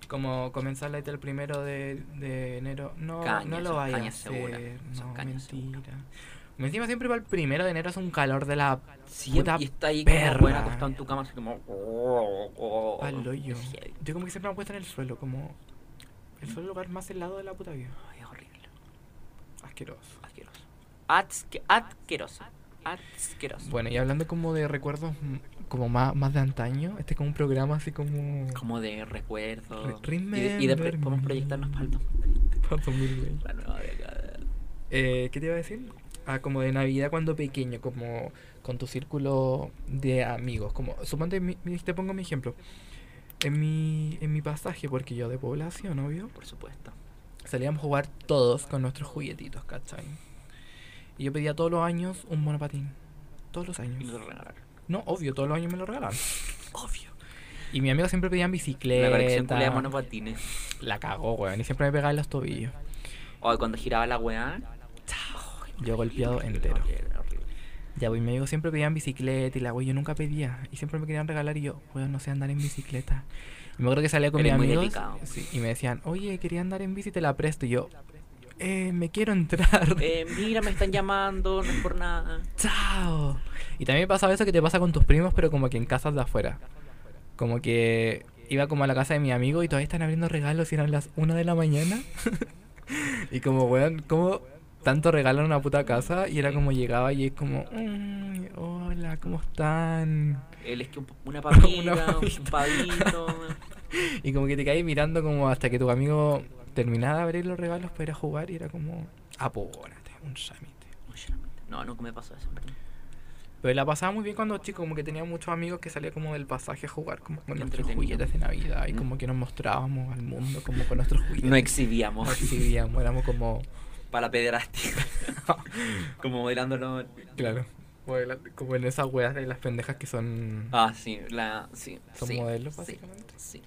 B: Como comenzar la dieta el primero de, de enero. No,
C: Caña,
B: no
C: son
B: lo vaya a
C: cañas
B: hacer.
C: seguras, son
B: No,
C: cañas seguras.
B: mentira. Encima siempre para el primero de enero es un calor de la puta
C: y está ahí
B: perra.
C: como buena acostado en tu cama, así como. oh, oh, oh,
B: paloyo.
C: es heavy.
B: Yo como que siempre me puesto en el suelo, como... El suelo es el lugar más helado de la puta vida.
C: Ay, es horrible.
B: Asqueroso.
C: Asqueroso. Atsque- asqueroso. Asqueroso.
B: Bueno, y hablando como de recuerdos mm, como más, más de antaño, este es como un programa así como...
C: Como de recuerdo.
B: Re-
C: y de, y de pro-
B: remember
C: podemos
B: me.
C: proyectarnos para el
B: Para 2020.
C: La nueva década.
B: Eh, ¿Qué te iba a decir? a como de Navidad cuando pequeño, como con tu círculo de amigos. Como, suponte, mi- mi- te pongo mi ejemplo. En mi, en mi pasaje, porque yo de población, obvio,
C: por supuesto.
B: salíamos a jugar todos con nuestros juguetitos, ¿cachai? Y yo pedía todos los años un monopatín. Todos los
C: Y no te
B: años.
C: lo regalaron.
B: No, obvio, todos los años me lo regalaban.
C: Obvio.
B: Y mis amigos siempre pedían
C: La colección
B: bicicleta.
C: culia de monopatines.
B: La cagó, weón. Y siempre me pegaba en los tobillos.
C: O cuando giraba la weá.
B: Yo golpeado entero.
C: Era horrible.
B: Ya, pues, mis amigos siempre pedían bicicleta y la güey yo nunca pedía. Y siempre me querían regalar y yo, weón, no sé andar en bicicleta. Y me acuerdo que salía con
C: Eres
B: mis
C: muy
B: amigos
C: delicado.
B: sí, y me decían, oye, quería andar en bici, te la presto. Y yo, eh, me quiero entrar.
C: Eh, mira, me están llamando, no es por nada.
B: Chao. Y también me pasaba eso que te pasa con tus primos, pero como que en casas de afuera. Como que iba como a la casa de mi amigo y todavía están abriendo regalos y eran las 1 de la mañana. y como, weón, como tanto regalo en una puta casa y era como llegaba y es como, "Mm, hola, ¿cómo están?
C: Él es que un- una papita, un
B: papita.
C: pavito.
B: Y como que te caí mirando como hasta que tu amigo terminaba de abrir los regalos para ir a jugar y era como, "Ah, pues, apórate, este un chamite.
C: No, nunca me pasó eso. en verdad.
B: Pero la pasaba muy bien cuando chico, como que tenía muchos amigos que salía como del pasaje a jugar como con nuestros
C: Entretenido.
B: juguetes de Navidad y
C: Mm.
B: como que nos mostrábamos al mundo como con nuestros juguetes.
C: No exhibíamos
B: Nos exhibíamos, éramos como,
C: para la pederastia. Como bailándolo.
B: claro, modela- como en esas weas de las pendejas que son,
C: Ah, sí, la. Sí,
B: son
C: sí,
B: modelos
C: sí,
B: básicamente.
C: sí.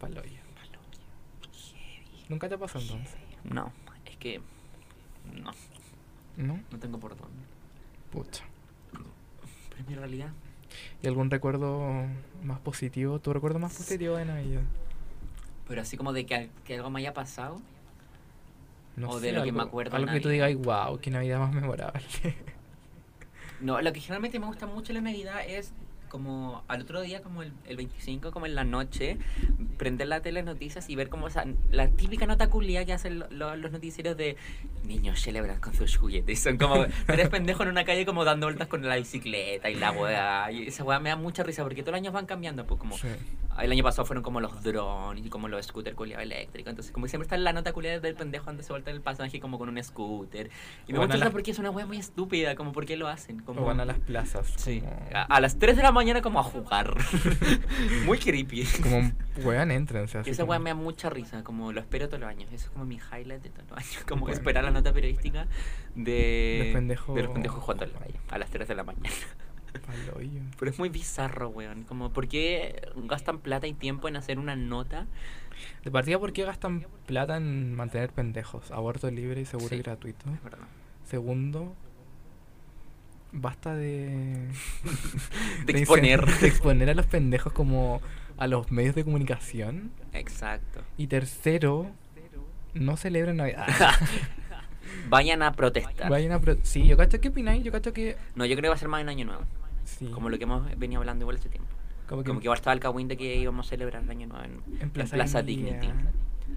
B: Paloya. Nunca te pasó entonces,
C: No, es que. No,
B: ¿no?
C: no tengo por dónde.
B: Pucha.
C: Pero es mi realidad.
B: ¿Y algún recuerdo más positivo? ¿Tu recuerdo más positivo de Navidad?
C: Pero así como de que, al- que algo me haya pasado.
B: No
C: O de lo que me acuerdo
B: Algo que tú
C: Navidad.
B: digas, wow, qué Navidad más memorable.
C: No, lo que generalmente me gusta mucho en la Navidad es como al otro día, como el, el 25, como en la noche, prender la tele noticias y ver como esa, la típica nota culia que hacen lo- lo- los noticieros de niños celebran con sus juguetes. Y son como tres pendejos en una calle como dando vueltas con la bicicleta y la weá. Y esa weá me da mucha risa porque todos los años van cambiando. Pues como
B: Sí.
C: el año pasado fueron como los drones y como los scooters culiados eléctricos. Entonces, como siempre está la nota culiada del pendejo donde se vuelta el pasaje como con un scooter. Y me
B: O van a
C: gusta
B: las-
C: eso porque es una wea muy estúpida, como por qué lo hacen. Como...
B: O van a las plazas.
C: Sí.
B: como-
C: A, a las 3 de la mañana como a jugar. muy creepy.
B: Como, weón, entrense.
C: Esa weá me da mucha risa, como lo espero todos los años. Eso es como mi highlight de todos los años. Como
B: Bueno.
C: esperar la nota periodística de,
B: Los pendejos-
C: de los pendejos jugando en la calle a las 3 de la mañana. Pero es muy bizarro, weón. Como, ¿por qué gastan plata y tiempo en hacer una nota?
B: De partida, ¿por qué gastan plata en mantener pendejos? Aborto libre, y seguro y
C: Sí.
B: gratuito.
C: Es verdad.
B: Segundo, basta de.
C: De
B: incen-
C: exponer.
B: de exponer a los pendejos como a los medios de comunicación.
C: Exacto.
B: Y tercero, no celebran Navidad.
C: Vayan a protestar.
B: Vayan a. pro- Sí, yo cacho que opináis, yo cacho que.
C: No, yo creo que va a ser más en Año Nuevo.
B: Sí.
C: Como lo que hemos venido hablando igual hace tiempo.
B: como
C: Como que igual estaba el cagüín de que íbamos a celebrar el Año Nuevo en, en Plaza,
B: Dignidad.
C: Dignity.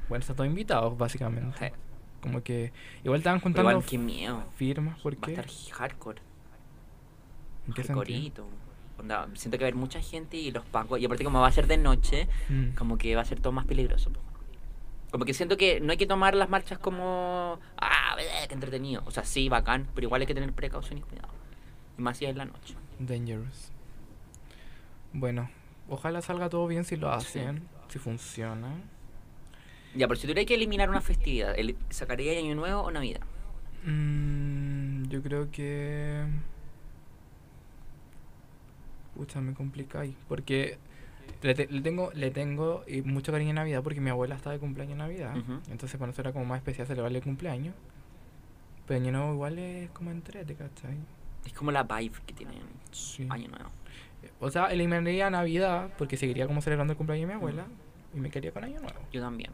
B: Bueno, están todos invitados, básicamente.
C: Sí.
B: Como que igual estaban
C: Pero
B: juntando
C: Igual, qué miedo.
B: firmas
C: Va a
B: porque
C: estar hardcore.
B: ¿En qué sentido?
C: Hardcoreito. Onda, siento que va a haber mucha gente y los pacos. Y aparte, como va a ser de noche,
B: Mm.
C: como que va a ser todo más peligroso. po. Como que siento que no hay que tomar las marchas como. ¡Ah, bleh, qué entretenido! O sea, sí, bacán, pero igual hay que tener precaución y cuidado. Y más si es la noche.
B: Mm, Dangerous. Bueno, ojalá salga todo bien si lo hacen, si funciona.
C: Ya, pero si tuviera que eliminar una festividad, el- ¿sacaría Año Nuevo o Navidad?
B: Mm, yo creo que. Pucha, me complicáis. Porque le, te- le tengo, le tengo eh, mucho cariño a Navidad porque mi abuela está de cumpleaños en Navidad.
C: Ujú.
B: Entonces para nosotros era como más especial celebrarle el cumpleaños. Pero Año Nuevo igual es como entrete, ¿cachai?
C: Es como la vibe que tiene
B: Sí.
C: Año Nuevo.
B: O sea, eliminaría Navidad porque seguiría como celebrando el cumpleaños de mi abuela y me quedaría con Año Nuevo.
C: Yo también.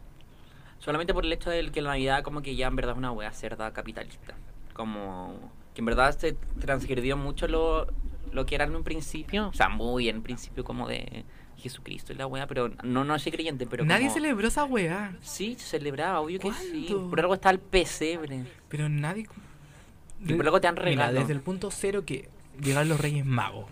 C: Solamente por el hecho de que la Navidad como que ya en verdad es una wea cerda capitalista. Como que en verdad se transgredió mucho lo, lo que era en un principio. O sea, muy en un principio como de Jesucristo y la wea, pero no, no soy creyente, pero
B: Nadie
C: como-
B: celebró esa weá.
C: Sí, se celebraba, obvio que sí.
B: ¿Cuándo?
C: Por algo está el pesebre.
B: Pero nadie.
C: Y por algo te han
B: Mira,
C: regalado.
B: desde el punto cero que llegan los Reyes Magos.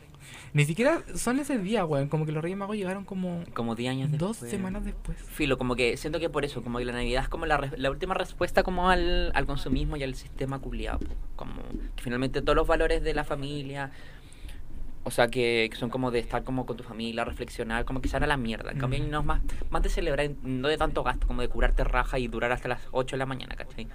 B: Ni siquiera son ese día, weón. Como que los Reyes Magos llegaron como
C: Como 10 años
B: dos
C: después.
B: semanas después.
C: Filo, como que siento que por eso, como que la Navidad es como la, res- la última respuesta como al, al consumismo y al sistema culiado. Como que finalmente todos los valores de la familia, o sea, que, que son como de estar como con tu familia, reflexionar, como que se van a la mierda. En cambio,
B: Mm.
C: no es más, más de celebrar, no de tanto gasto, como de curarte raja y durar hasta las 8 de la mañana, ¿cachai?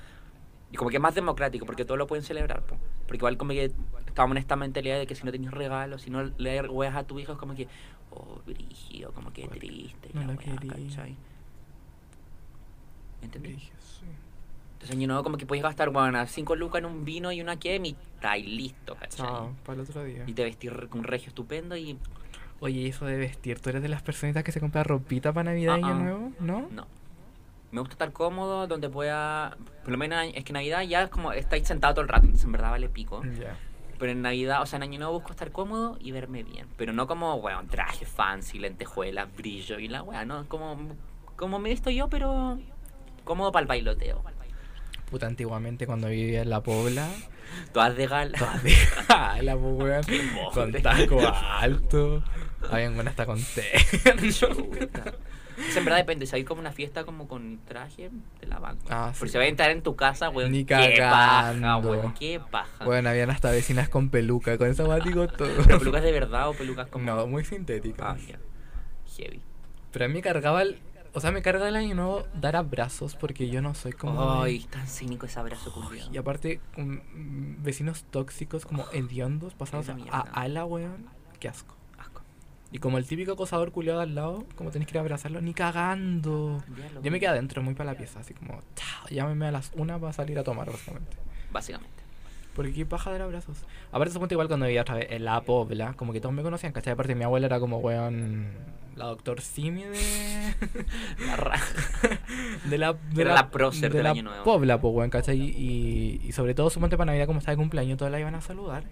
C: Y como que es más democrático, porque todos lo pueden celebrar, po. Porque igual como que estamos en esta mentalidad de que si no tenés regalos, si no le das weas a tu hijo, es como que, oh, brígido, como que
B: Cuático.
C: triste,
B: No
C: la
B: lo
C: wea,
B: quería.
C: ¿cachai? ¿Entendí?
B: Dije, sí.
C: Entonces, yo no, como que puedes gastar, bueno, 5 lucas en un vino y una quemita y listo, ¿cachai?
B: Chao, para el otro día.
C: Y te vestir con un regio estupendo y...
B: Oye, eso de vestir, ¿tú eres de las personitas que se compra ropita para Navidad y Año
C: Ah, ah.
B: Nuevo? ¿No?
C: No. Me gusta estar cómodo, donde pueda... Por lo menos es que Navidad ya es como estáis sentado todo el rato, entonces en verdad vale pico.
B: Ya.
C: Pero en Navidad, o sea, en Año Nuevo busco estar cómodo y verme bien. Pero no como, weón, traje fancy, lentejuelas, brillo y la weá, ¿no? Como, como me visto yo, pero cómodo para el bailoteo.
B: Puta, antiguamente cuando vivía en La Pobla,
C: Todas de gala.
B: todas de jala, po, weón. Con
C: mote.
B: taco alto. Habían buenas hasta con terno.
C: Chuta. O sea, en verdad depende, si hay como una fiesta como con traje, te la banco.
B: Ah,
C: Pero
B: sí.
C: si va a entrar en tu casa, weón,
B: Ni
C: qué paja,
B: cagando.
C: weón, qué paja.
B: Bueno, habían hasta vecinas con peluca, con esa guatico todo.
C: ¿Pero pelucas de verdad o pelucas como...?
B: No, muy sintética.
C: Ah, ya. Heavy.
B: Pero a mí me cargaba el. O sea, me carga el año nuevo dar abrazos porque yo no soy como. de-
C: Ay, tan cínico ese abrazo culiao.
B: Y aparte, con mm, vecinos tóxicos como hediondos pasados
C: Esa
B: a,
C: mierda.
B: a ala, weón. Qué asco.
C: Asco.
B: Y como el típico acosador culiado al lado, como tenés que ir a abrazarlo, ni cagando.
C: Ya lo
B: Yo me
C: vi.
B: quedé adentro, muy para la pieza, así como, chao, llámeme a las una para salir a tomar, básicamente.
C: Básicamente.
B: Porque qué paja dar abrazos. Aparte, supongo igual cuando vivía otra vez en la Pobla, como que todos me conocían, ¿cachai? Aparte, mi abuela era como, weón, la doctor Simi de.
C: La ra-
B: de la. De
C: Era la prócer
B: de
C: del
B: la
C: Año Nuevo.
B: Pobla, pues, weón, ¿cachai? Y, y sobre todo, suponte para Navidad, como estaba de cumpleaños, todas la iban a saludar.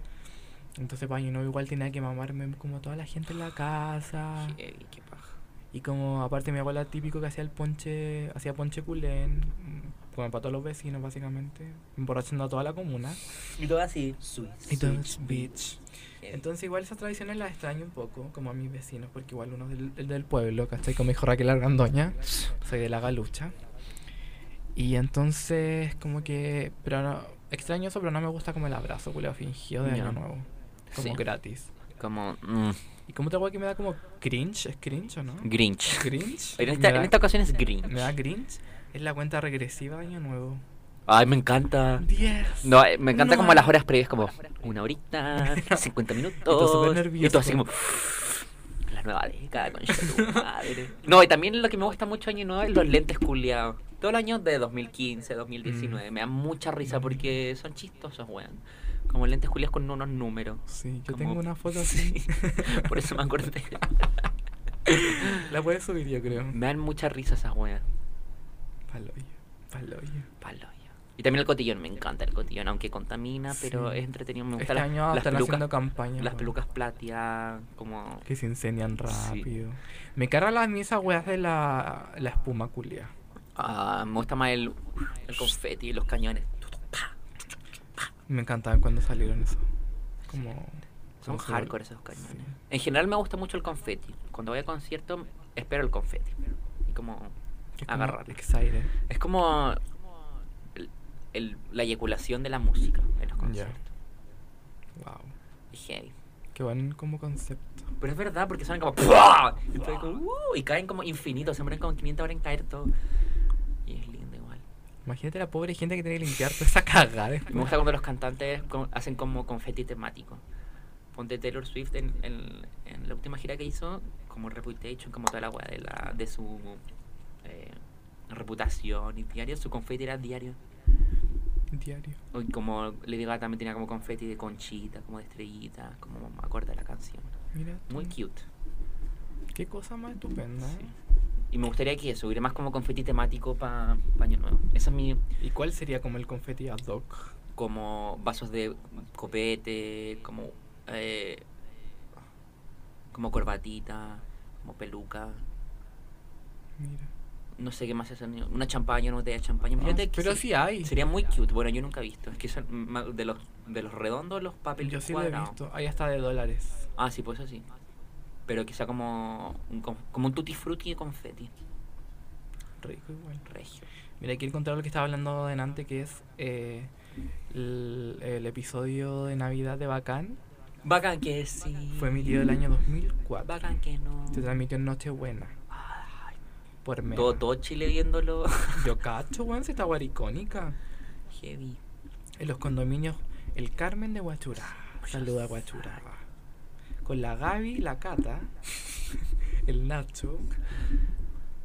B: Entonces, para Año Nuevo, igual tenía que mamarme como toda la gente en la casa.
C: Heavy, qué paja.
B: Y como aparte mi abuela típico que hacía el ponche, hacía ponche culén, mm, como para todos los vecinos básicamente, emborrachando a toda la comuna.
C: Y todo así, sweet.
B: Entonces, bitch.
C: Heavy.
B: Entonces igual esas tradiciones las extraño un poco, como a mis vecinos, porque igual uno es del, el del pueblo, ¿cachai? Como dijo Raquel Argandoña, soy de la galucha. Y entonces como que, pero no, extraño eso, pero no me gusta como el abrazo culeo fingido de
C: Ya.
B: año nuevo, como
C: Sí.
B: gratis.
C: Como mm,
B: Y como te hago que me da como cringe, ¿es cringe o no?
C: Grinch.
B: Cringe.
C: En
B: Me
C: esta,
B: da-
C: en esta ocasión es Grinch.
B: Me da cringe. Es la cuenta regresiva de Año Nuevo.
C: Ay, me encanta.
B: 10.
C: Ah. No, eh, me encanta como
B: Nueve.
C: las horas previas, como una horita, 50 minutos.
B: súper
C: Y todo
B: nervioso.
C: así como. La nueva década, con madre. No, y también lo que me gusta mucho año nuevo es los lentes culiados. Todos los años de 2015, 2019.
B: Mm.
C: Me dan mucha risa porque son chistosos, weón. Como lentes culiados con unos números.
B: Sí, yo
C: Como-
B: tengo una foto así.
C: Sí, Por eso me acordé.
B: La puedes subir, yo creo.
C: Me dan mucha risa esas weas.
B: Paloyo. Paloyo.
C: Palo ya. Y también el cotillón, me encanta el cotillón, aunque contamina, pero
B: Sí.
C: es entretenido. Me
B: Este
C: gustan las,
B: año
C: las
B: están
C: pelucas.
B: haciendo campaña.
C: Las
B: weón,
C: pelucas plateadas, como.
B: Que se incendian
C: Sí.
B: rápido. Me cargan las misas weas de la, la espuma culia.
C: Ah, me gusta más el, el confeti y los cañones. Tu, tu, pa.
B: Me encantaban cuando salieron eso. Como.
C: Son
B: como se-
C: hardcore esos cañones.
B: Sí.
C: En general me gusta mucho el confeti. Cuando voy a concierto, espero el confeti. Y como.
B: Que es como
C: agarrarlo.
B: Excited.
C: Es como. el- el- la eyaculación de la música en
B: Ya.
C: los conciertos.
B: Wow.
C: Es heavy.
B: Qué buen como concepto.
C: Pero es verdad, porque son como. ¡pua! Y, estoy como, ¡uh! y caen como infinitos, se mueren como 500 horas en caer todo. Y es lindo igual.
B: Imagínate la pobre gente que tiene que limpiar toda esa cagada. después.
C: Me gusta cuando los cantantes co- hacen como confeti temático. Ponte Taylor Swift en, en- en la última gira que hizo, como Reputation, como toda la weá de, la- de su eh, reputación y diario. Su confeti era diario.
B: Diario.
C: O y como Lady Gaga también tenía como confeti de conchita, como de estrellita, como me acuerdo de la canción.
B: Mira.
C: Muy
B: tú.
C: cute.
B: Qué cosa más estupenda.
C: Sí. Y me gustaría que eso, hubiera más como confeti temático para Año Nuevo. Esa es mi,
B: ¿Y cuál sería como el confeti ad hoc?
C: como vasos de copete, como eh, como corbatita, como peluca,
B: Mira.
C: no sé qué más es, una champaña, una botella de champaña.
B: Ah,
C: Imagínate que
B: pero
C: se-
B: sí hay.
C: Sería muy cute, bueno, yo nunca he visto, es que son ma- de los de los redondos los papeles
B: Yo sí lo he
C: cuadrados.
B: visto. Ahí está de dólares.
C: Ah, sí, pues así. Pero quizá como un, con- como un tutti frutti de confeti.
B: Rico igual.
C: Regio.
B: Mira, quiero encontrar lo que estaba hablando delante, que es eh, el, el episodio de Navidad de Bacán.
C: Bacán que sí.
B: Fue emitido el año 2004.
C: Bacán que no.
B: Se transmitió en Nochebuena. Por medio.
C: Todo, todo Chile viéndolo.
B: Yo cacho, weón, si esta weá era icónica.
C: Heavy.
B: En los condominios, el Carmen de Huachura. Saluda a Huachura. Con la Gaby, la Cata, el Nacho,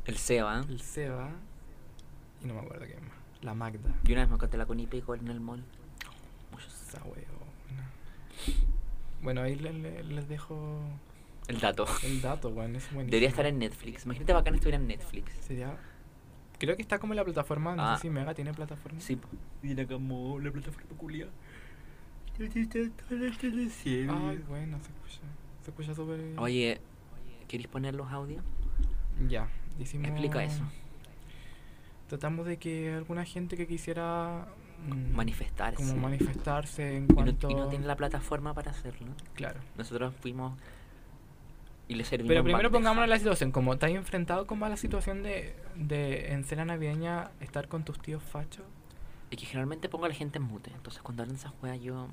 C: El Seba. ¿eh?
B: el Seba y no me acuerdo quién más. La Magda.
C: Yo una vez me encontré la Conipe igual en el mall. Muchos-
B: Esa weona. Bueno, ahí le- le- les dejo
C: El dato.
B: el dato, weón. Es buenísimo.
C: Debería estar en Netflix. Imagínate bacán estuviera en Netflix.
B: Sería. Creo que está como en la plataforma. No
C: Ah.
B: sé si Mega tiene plataforma.
C: Sí. po. Mira como la plataforma culia.
B: Ay, bueno, se escucha. Se escucha súper.
C: Oye, ¿queréis poner los audios?
B: Ya, hicimos.
C: Explica eso.
B: Tratamos de que alguna gente que quisiera. mm,
C: Manifestarse.
B: Como manifestarse en
C: Y no,
B: cuanto.
C: y no tiene la plataforma para hacerlo.
B: Claro.
C: Nosotros fuimos y le servimos.
B: Pero primero
C: bandeja.
B: pongámonos en la situación, como estás enfrentado como a la situación de, de en cena navideña estar con tus tíos fachos.
C: Es que generalmente pongo a la gente en mute. Entonces cuando hablan esas weas yo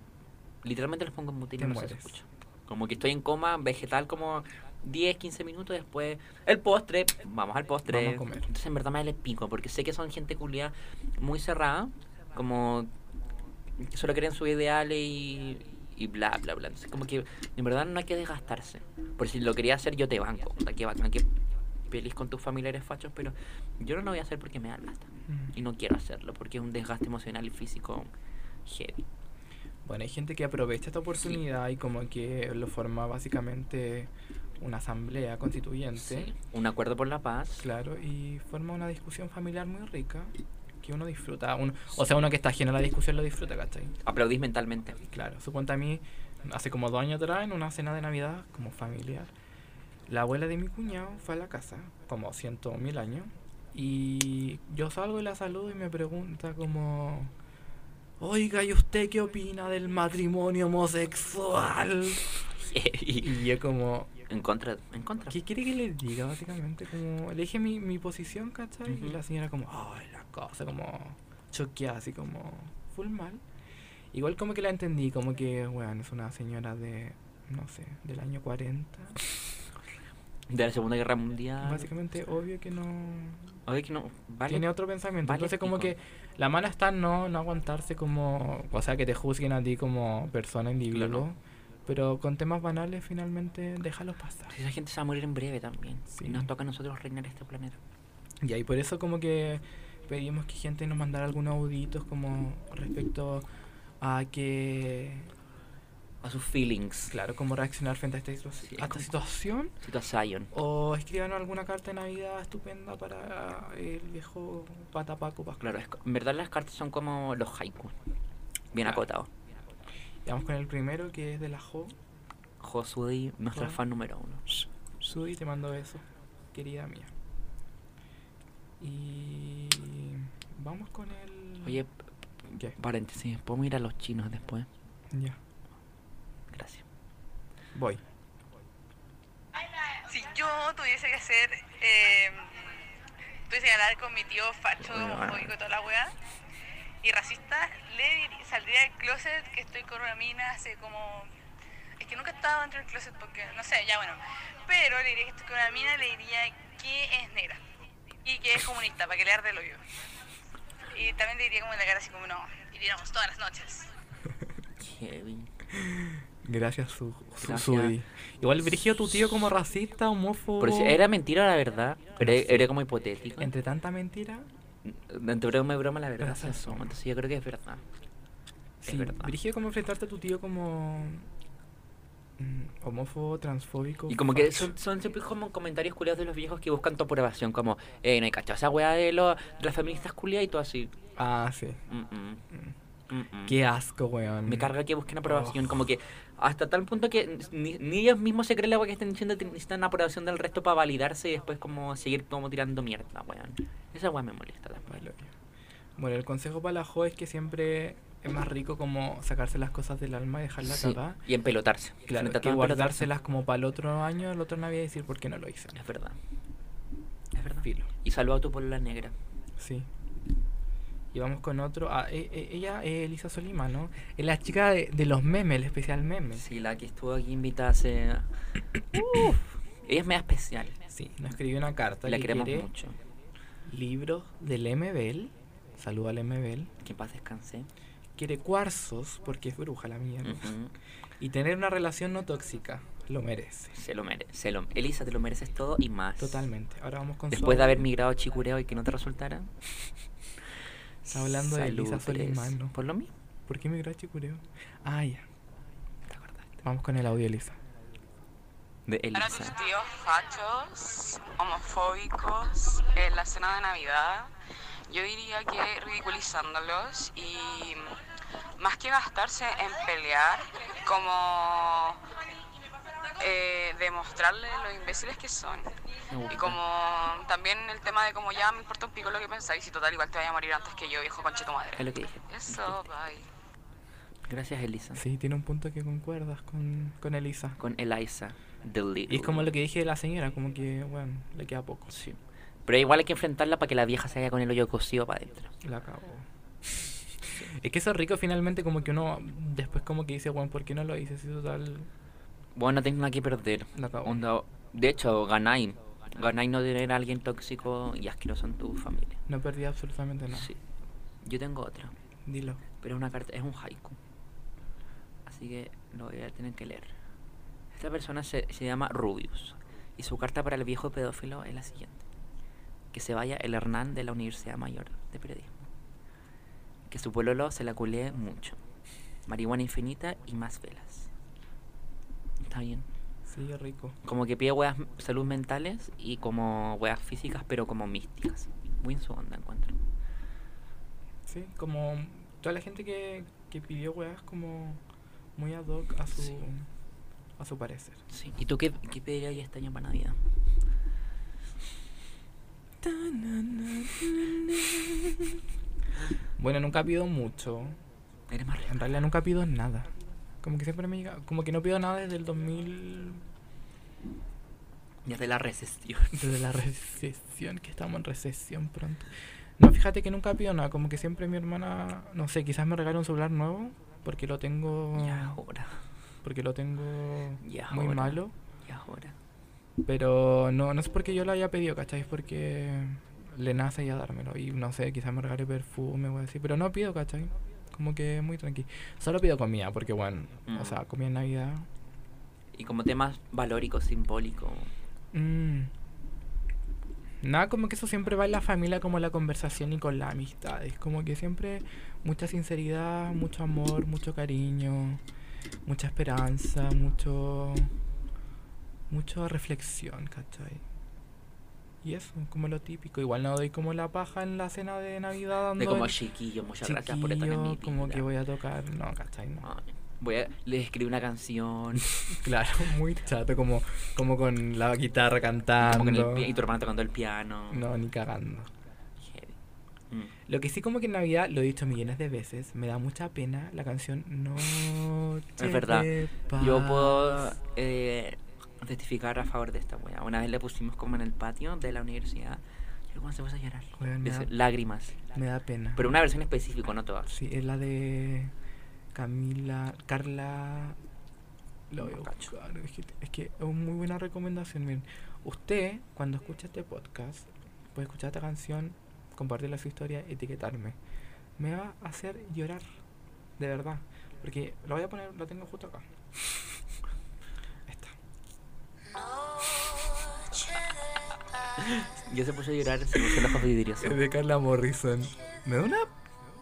C: literalmente los pongo en mute y
B: Te
C: no los
B: mueres.
C: escucho. Como que estoy en coma vegetal como 10, 15 minutos después. El postre, vamos al postre.
B: Vamos a comer.
C: Entonces en verdad me les pico porque sé que son gente culia muy cerrada, como que solo creen sus ideales y, y bla, bla, bla. Entonces como que en verdad no hay que desgastarse. Por si lo quería hacer yo te banco. O sea, que bacán que feliz con tus familiares fachos, pero yo no lo voy a hacer porque me da lata
B: Mm.
C: y no quiero hacerlo porque es un desgaste emocional y físico heavy.
B: Bueno, hay gente que aprovecha esta oportunidad y como que lo forma básicamente una asamblea constituyente.
C: Sí. Un acuerdo por la paz.
B: Claro, y forma una discusión familiar muy rica que uno disfruta. uno- o sea, uno que está ajeno a la discusión lo disfruta, ¿cachai?
C: Aplaudís mentalmente.
B: Claro, suponte a mí, hace como dos años atrás, en una cena de Navidad, como familiar, la abuela de mi cuñado fue a la casa, como ciento mil años, y yo salgo y la saludo y me pregunta como, oiga, ¿y usted qué opina del matrimonio homosexual?
C: Heavy.
B: Y yo como,
C: en contra, en contra.
B: ¿Qué quiere que le diga básicamente? Como le dije mi, mi posición, ¿cachai? Y
C: Ujú.
B: la señora como, ay, la cosa, como choqueada, así como full mal. Igual como que la entendí, como que, bueno, es una señora de, no sé, del año 40.
C: De la Segunda Guerra Mundial.
B: Básicamente, obvio que no...
C: Oye, que no. Vale.
B: Tiene otro pensamiento.
C: vale
B: Entonces como
C: pico.
B: que la mano está en no, no aguantarse como, o sea, que te juzguen a ti como persona, individuo. Pero con temas banales finalmente déjalos pasar.
C: Esa gente se va a morir en breve también.
B: Sí.
C: Y nos toca a nosotros reinar este planeta.
B: Ya, y por eso como que pedimos que gente nos mandara algunos auditos como respecto a que,
C: A sus feelings.
B: claro, cómo reaccionar frente a esta, situa-
C: Sí,
B: a esta
C: como-
B: situación.
C: Situación.
B: O escriban alguna carta de Navidad estupenda para el viejo Patapaco Pascual.
C: Claro, es co- en verdad las cartas son como los haikus. Bien
B: Claro.
C: acotados.
B: Y Vamos con el primero que es de la Jo.
C: Josudi, nuestra
B: Bueno.
C: fan número uno.
B: Sudi, te mando besos, querida mía. Y vamos con el...
C: Oye,
B: ¿Qué?
C: paréntesis, ¿podemos ir a los chinos después?
B: Ya,
C: Gracias.
B: voy.
D: Si yo tuviese que hacer, eh, tuviese que hablar con mi tío facho,
C: Weón.
D: homofóbico y toda la weá, y racista, le dir- saldría del closet que estoy con una mina hace como... Es que nunca he estado dentro del closet porque, no sé, ya bueno. Pero le diría que estoy con una mina, le diría que es negra y que es comunista, para que le arde el hoyo. Y también le diría como en la cara así como, no, iríamos todas las noches.
C: Heavy.
B: Gracias, su, su,
C: Gracias.
B: Sudi. Igual dirigió tu tío como racista, homófobo.
C: Pero si era mentira la verdad, era, era como hipotético. Entre,
B: Entre tanta mentira,
C: broma y broma la verdad
B: Pero
C: se
B: se asoma.
C: asoma, entonces yo creo que es verdad.
B: sí,
C: verdad.
B: dirigió como enfrentarte a tu tío como mm, homófobo, transfóbico.
C: Y como que
B: facho.
C: son, son siempre como comentarios culiados de los viejos que buscan tu aprobación, como, eh, no hay cacho, esa weá de, lo- de las feministas culiadas y todo así.
B: Ah, sí.
C: Mm, mm, mm, mm.
B: Qué asco, weón.
C: Me carga que busquen aprobación, como que hasta tal punto que ni, ni ellos mismos se creen la weá que están diciendo que necesitan aprobación del resto para validarse y después como seguir como tirando mierda, weón. Esa weá me molesta también.
B: Vale. Bueno, el consejo para la Jo es que siempre es más rico como sacarse las cosas del alma y dejarla
C: Sí,
B: acá.
C: y empelotarse.
B: Claro,
C: Frente a
B: que
C: todo empelotarse.
B: guardárselas como para el otro año, el otro Navidad y decir por qué no lo hice.
C: Es verdad. Es verdad.
B: Filo.
C: Y salva a tu la negra.
B: Sí. Y vamos con otro. Ah, e- e- ella es Elisa Solima, ¿no? Es la chica de, de los memes, el especial meme.
C: Sí, la que estuvo aquí invitada hace. Uf, ella es media especial.
B: Sí, nos escribió una carta.
C: La
B: que
C: queremos
B: quiere
C: mucho.
B: Libros del MBL. Saluda al MBL.
C: Que en paz descanse.
B: Quiere cuarzos, porque es bruja la mierda.
C: Ujú.
B: Y tener una relación no tóxica. Lo merece.
C: Se lo merece. Se lo... Elisa, te lo mereces todo y más.
B: Totalmente. Ahora vamos con
C: Después de
B: Sol.
C: haber migrado a Chicureo y que no te resultara.
B: Está hablando de Elisa
C: saludes.
B: Solimano.
C: Por lo mismo.
B: ¿Por qué migró a Chicureo? Ah, ya.
C: ¿Te acordaste?
B: Vamos con el audio, Elisa.
C: De
E: Para tus
C: Elisa.
E: tíos fachos, homofóbicos, en la cena de Navidad, yo diría que ridiculizándolos y más que gastarse en pelear, como eh, demostrarle lo imbéciles que son.
C: Me gusta.
E: Y como también el tema de como ya me importa un pico lo que pensáis y total igual te vaya a morir antes que yo, viejo conche tu
C: Es
E: madre.
C: lo que dije.
E: Eso, bye.
C: Gracias, Elisa.
B: Sí, tiene un punto que concuerdas con, con Elisa.
C: Ah. Con Eliza. The
B: Y es como
C: Little.
B: lo que dije de la señora, como que, bueno, le queda poco.
C: Sí. Pero igual hay que enfrentarla para que la vieja se vaya con el hoyo cosido para adentro.
B: La acabó. Es que eso es rico finalmente, como que uno después como que dice, bueno, ¿por qué no lo hice? Si total,
C: Bueno, no tengo nada que perder.
B: la acabó.
C: Onda- de hecho, ganáis. Ganáis no tener a alguien tóxico y asqueroso en tu familia.
B: No perdí absolutamente nada.
C: Sí. Yo tengo otra,
B: Dilo.
C: pero es una carta, es un haiku. Así que lo voy a tener que leer. Esta persona se, se llama Rubius y su carta para el viejo pedófilo es la siguiente. Que se vaya el Hernán de la Universidad Mayor de Periodismo. Que su pololo se la culee mucho. Marihuana infinita y más velas. Está bien.
B: Sí, rico.
C: Como que pide weas m- salud mentales y como weas físicas, pero como místicas. Muy en su onda, encuentro.
B: Sí, como toda la gente que, que pidió weas como muy ad hoc a su,
C: Sí.
B: a su parecer.
C: Sí. ¿Y tú qué, qué pedirías este año para Navidad?
B: Bueno, nunca pido mucho.
C: Eres más
B: En
C: real.
B: realidad nunca pido nada. Como que siempre me llega, como que no pido nada desde el 2000
C: Ya de la recesión.
B: Desde la recesión, que estamos en recesión pronto. No, fíjate que nunca pido nada, como que siempre mi hermana, no sé, quizás me regale un celular nuevo, porque lo tengo,
C: Ya ahora.
B: porque lo tengo
C: Ya
B: muy
C: ahora.
B: malo,
C: Ya ahora.
B: pero no, no es porque yo lo haya pedido, ¿cachai? Es porque le nace ya dármelo, y no sé, quizás me regale perfume o así, pero no pido, ¿cachai? Como que muy tranquilo. Solo pido comida, porque bueno, o
C: Mm.
B: sea, comida en Navidad.
C: Y como temas valóricos, simbólicos.
B: Mm. Nada, como que eso siempre va en la familia, como la conversación y con la amistad. Es como que siempre mucha sinceridad, mucho amor, mucho cariño, mucha esperanza, mucho. mucha reflexión, ¿cachai? Y eso, como lo típico. Igual no doy como la paja en la cena de Navidad dando.
C: De como
B: el
C: chiquillo, muchas gracias por estar en mi
B: chiquillo,
C: vida. Ah.
B: como que voy a tocar. No, ¿cachai? No.
C: Ay, voy a... Les escribí una canción.
B: Claro, muy chato, como, como con la guitarra cantando.
C: como con el pi- y tu hermano tocando el piano.
B: Ah, No, ni cagando.
C: Heavy. Mm.
B: Lo que sí como que en Navidad, lo he dicho millones de veces, me da mucha pena la canción No
C: Es verdad. Yo puedo eh, testificar a favor de esta wea. Una vez le pusimos como en el patio de la universidad y el weón se puso a llorar.
B: Weón, me
C: Dice,
B: da-
C: Lágrimas.
B: Me da pena.
C: Pero una versión específica, no todas.
B: Sí, es la de Camila, Carla... Lo voy a
C: No cacho.
B: buscar, Es que, es que es una muy buena recomendación. Miren, usted cuando escucha este podcast, puede escuchar esta canción, compartirla en su historia, etiquetarme. Me va a hacer llorar, de verdad. Porque lo voy a poner, lo tengo justo acá. Ahí está.
C: Yo se puso a llorar, se puso los ojos vidriosos.
B: Es de Carla Morrison. Me da una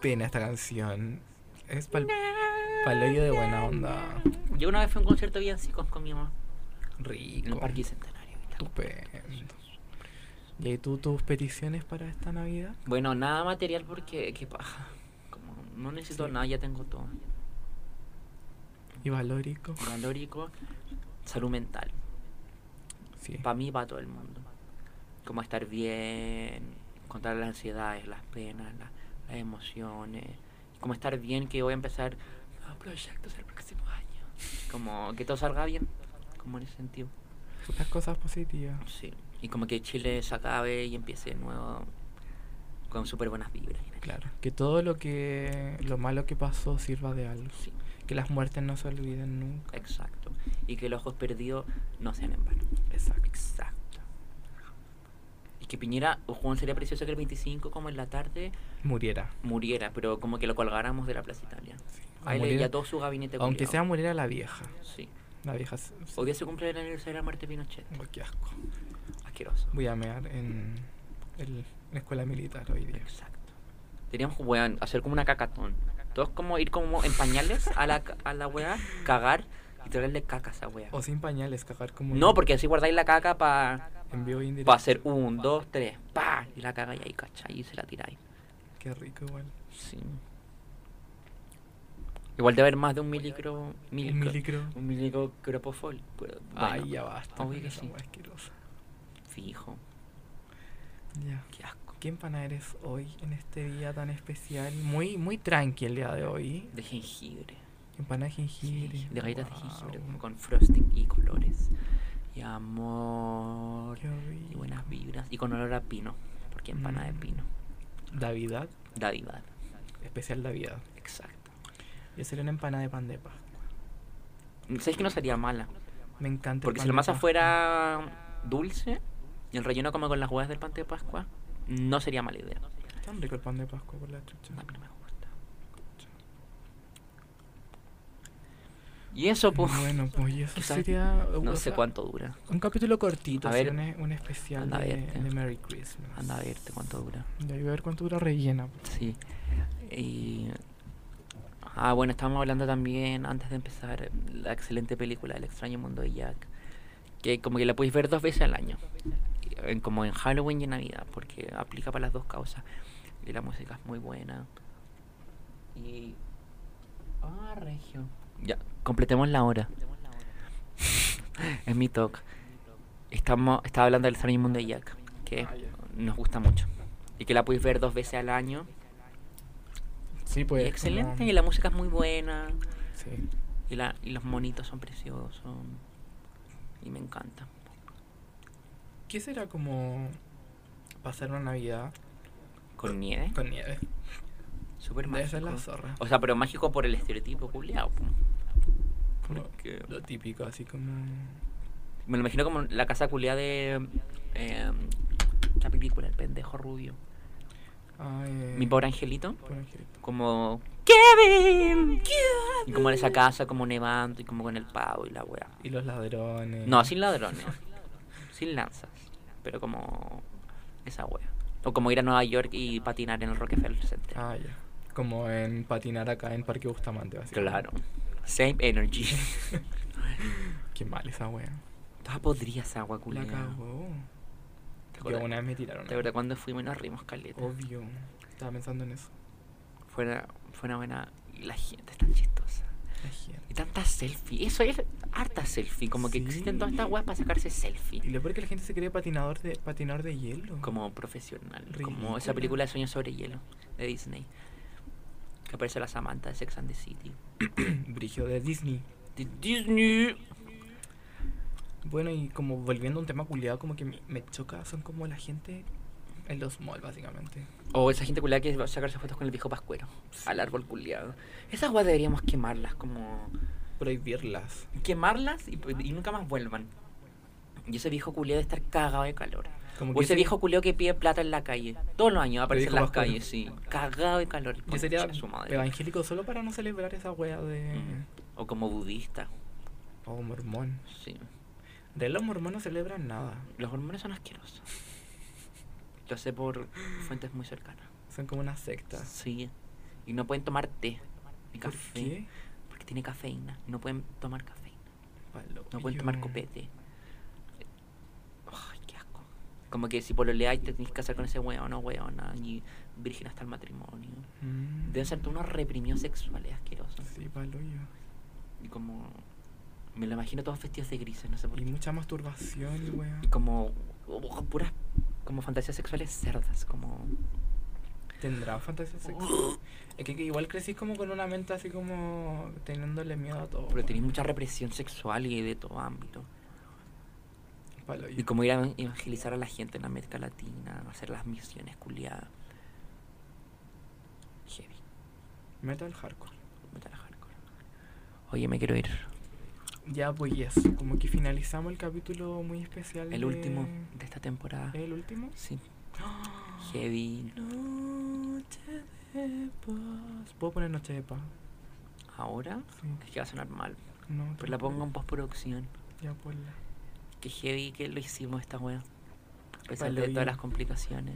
B: pena esta canción. Es pal paloyo de buena onda.
C: Yo una vez fui a un concierto bien así con, con mi mamá. En el
B: Rico.
C: Parque Centenario.
B: Estupendo. ¿Y ahí tú tus peticiones para esta Navidad?
C: Bueno, nada material porque qué paja. Como no necesito
B: Sí.
C: nada, ya tengo todo.
B: Y valórico.
C: Valórico, salud mental.
B: Sí.
C: Para mí y para todo el mundo. Como estar bien, contar las ansiedades, las penas, la- las las emociones, como estar bien que voy a empezar nuevos proyectos el próximo año. Como que todo salga bien, como en ese sentido.
B: Las cosas positivas.
C: Sí. Y como que Chile se acabe y empiece de nuevo con súper buenas vibras. y energía.
B: Claro. Que todo lo que. lo malo que pasó sirva de algo.
C: Sí,
B: Que las muertes no se olviden nunca.
C: exacto. Y que los ojos perdidos no sean en vano.
B: Exacto.
C: Exacto. Y que Piñera, o Juan, sería precioso que el 25, como en la tarde,
B: Muriera.
C: muriera, pero como que lo colgáramos de la Plaza Italia.
B: O
C: Ahí
B: muriera-
C: leía todo su gabinete.
B: Aunque sea
C: culiao.
B: muriera la vieja.
C: Sí.
B: La vieja. se- se-
C: Hoy día se cumple el aniversario de la muerte de Pinochet.
B: Oh, qué asco. Mm.
C: Asqueroso.
B: Voy a mear en, el- la escuela militar hoy día.
C: Exacto. Teníamos que weón, hacer como una cacatón. Todos como ir como en pañales a la, ca- a la weá, cagar y traerle caca a esa weá.
B: O sin pañales, cagar como.
C: No,
B: un-
C: porque así guardáis la caca para
B: En vivo y en directo.
C: pa hacer un, dos, tres, pa Y la cagáis ahí, ¿cachai? Y se la tiráis.
B: Qué rico, igual.
C: Sí. Igual de haber más de un milicro.
B: Un
C: milicro
B: milicro.
C: un milicro cropofol. Cro-
B: Ay,
C: bueno,
B: ya basta.
C: obvio
B: con
C: que
B: esa
C: sí.
B: wea asquerosa.
C: Fijo.
B: Ya.
C: Qué asco.
B: ¿Qué empanada eres hoy en este día tan especial? Muy, muy tranqui el día de hoy.
C: De jengibre.
B: Empanada de jengibre.
C: Sí, de galletas de jengibre,
B: Guau,
C: como con frosting y colores. Y amor.
B: Qué
C: Y
B: rico.
C: buenas vibras. Y con olor a pino. Porque empanada de
B: Mm.
C: pino.
B: Navidad,
C: Dádiva.
B: especial Navidad.
C: Exacto.
B: Yo sería una empanada de pan de pascua.
C: ¿Sabes que no sería mala?
B: Me encanta. el
C: Porque
B: pan
C: si la
B: de
C: masa
B: pascua.
C: fuera dulce y el relleno como con las huevas del pan de Pascua, no sería mala idea.
B: Tan rico el pan de pascua por la chucha.
C: A mí no me gusta. Y eso, pues.
B: Bueno, pues y eso
C: Quizás-
B: sería. uh,
C: No
B: o
C: sé
B: sea,
C: cuánto dura.
B: Un capítulo cortito,
C: A
B: así,
C: ver,
B: un, e- un especial
C: anda a
B: de,
C: verte.
B: de Merry Christmas.
C: Anda a verte cuánto dura.
B: Ya voy a ver cuánto dura rellena. po.
C: Sí. Y... Ah, bueno, estábamos hablando también, antes de empezar, la excelente película El extraño mundo de Jack, que como que la podéis ver dos veces al año, y en- como en Halloween y en Navidad, porque aplica para las dos causas. Y la música es muy buena. Y... Ah, Regio. Ya, completemos la hora. es mi talk. Estamos, estaba hablando del extraño mundo de Jack, que nos gusta mucho. Y que la podéis ver dos veces al año.
B: Sí,
C: Y
B: pues.
C: excelente,
B: como-
C: y la música es muy buena.
B: Sí.
C: Y, la, y los monitos son preciosos. Y me encanta.
B: ¿Qué será como pasar una Navidad
C: Con nieve.
B: con nieve?
C: Súper
B: Debe ser la
C: mágico.
B: zorra.
C: O sea, pero mágico por el estereotipo culiao. po. Oh,
B: Lo-
C: Porque
B: Lo típico, así como.
C: me lo imagino como la casa culiada de eh, la película, el pendejo rubio.
B: Ay, eh,
C: Mi pobre angelito.
B: por angelito.
C: Como Kevin. Y como en esa casa, como nevando y como con el pavo y la wea.
B: Y los ladrones.
C: No, sin ladrones. sin lanzas. Pero como esa wea. O como ir a Nueva York y patinar en el Rockefeller Center.
B: Ah, ya. Como en patinar acá en Parque Bustamante, básicamente.
C: Claro. Same energy.
B: Qué mal esa wea.
C: Toda podría esa agua
B: La cagó.
C: ¿Te
B: Yo
C: acuerdas?
B: una vez me tiraron.
C: ¿Te acuerdas cuando fuimos y nos rimos caleta?
B: Obvio. Estaba pensando en eso.
C: Fue una, fue una buena. Y la gente es tan chistosa.
B: La gente.
C: Y tantas selfies. Eso es harta selfie. Como que existen
B: Sí.
C: todas estas weas para sacarse selfie.
B: Y lo peor es que la gente se cree patinador de, patinador de hielo.
C: Como profesional. Como
B: Ridícula.
C: esa película de Sueños sobre Hielo de Disney. Que aparece la Samantha de Sex and the City.
B: Brigio de Disney.
C: de Disney.
B: Bueno, y como volviendo a un tema culiado, como que me- me choca, son como la gente en los malls, básicamente.
C: O esa gente culiada que va a sacarse fotos con el viejo pascuero. Al árbol culiado. Esas weas deberíamos quemarlas como.
B: Prohibirlas.
C: Quemarlas y, y nunca más vuelvan. Y ese viejo culiado de estar cagado de calor.
B: Como
C: O
B: yo
C: ese
B: sería-
C: viejo culiado que pide plata en la calle. Todos los años aparece en
B: viejo
C: las
B: pascuero.
C: calles, sí. Cagado de calor.
B: Yo sería
C: Concha su madre.
B: evangélico solo para no celebrar esa wea de.
C: Mm. O como budista.
B: Oh, mormón.
C: Sí.
B: De los mormones no celebran nada.
C: Los hormones son asquerosos. Lo sé por fuentes muy cercanas.
B: Son como una secta.
C: Sí. Y no pueden tomar té. Ni
B: ¿Por
C: café.
B: qué?
C: Porque tiene cafeína. No pueden tomar cafeína.
B: Palo
C: No pueden
B: yo.
C: tomar copete. Ay, qué asco. Como que si pololeáis te tenés que casar con ese weón o weona. Y virgen hasta el matrimonio.
B: Mm.
C: Deben ser todos unos reprimidos sexuales asquerosos.
B: Sí, palo yo.
C: Y como. Me lo imagino todos vestidos de grises, no sé por
B: Y
C: qué.
B: mucha masturbación y wea.
C: Y como. oh, puras. Como fantasías sexuales cerdas. Como.
B: ¿Tendrá fantasía sexual? Es que, que igual crecí como con una mente así como teniéndole miedo a todo.
C: Pero tenéis mucha represión sexual y de todo ámbito.
B: Palo, yo-
C: Y como ir a evangelizar a la gente en América Latina, hacer las misiones culiadas. Heavy,
B: Metal hardcore.
C: metal hardcore. Oye, me quiero ir.
B: Ya, pues yes. Como que finalizamos el capítulo muy especial.
C: El
B: de-
C: último de esta temporada.
B: ¿El último?
C: Sí. Heavy.
B: Noche de paz. ¿Puedo poner Noche de paz?
C: Ahora
B: Sí.
C: es que va a sonar mal.
B: No,
C: Pero Pues la pongo en postproducción.
B: Ya, ponla.
C: Que heavy que lo hicimos esta wea. A pesar
B: Palo,
C: de
B: yo-
C: todas las complicaciones.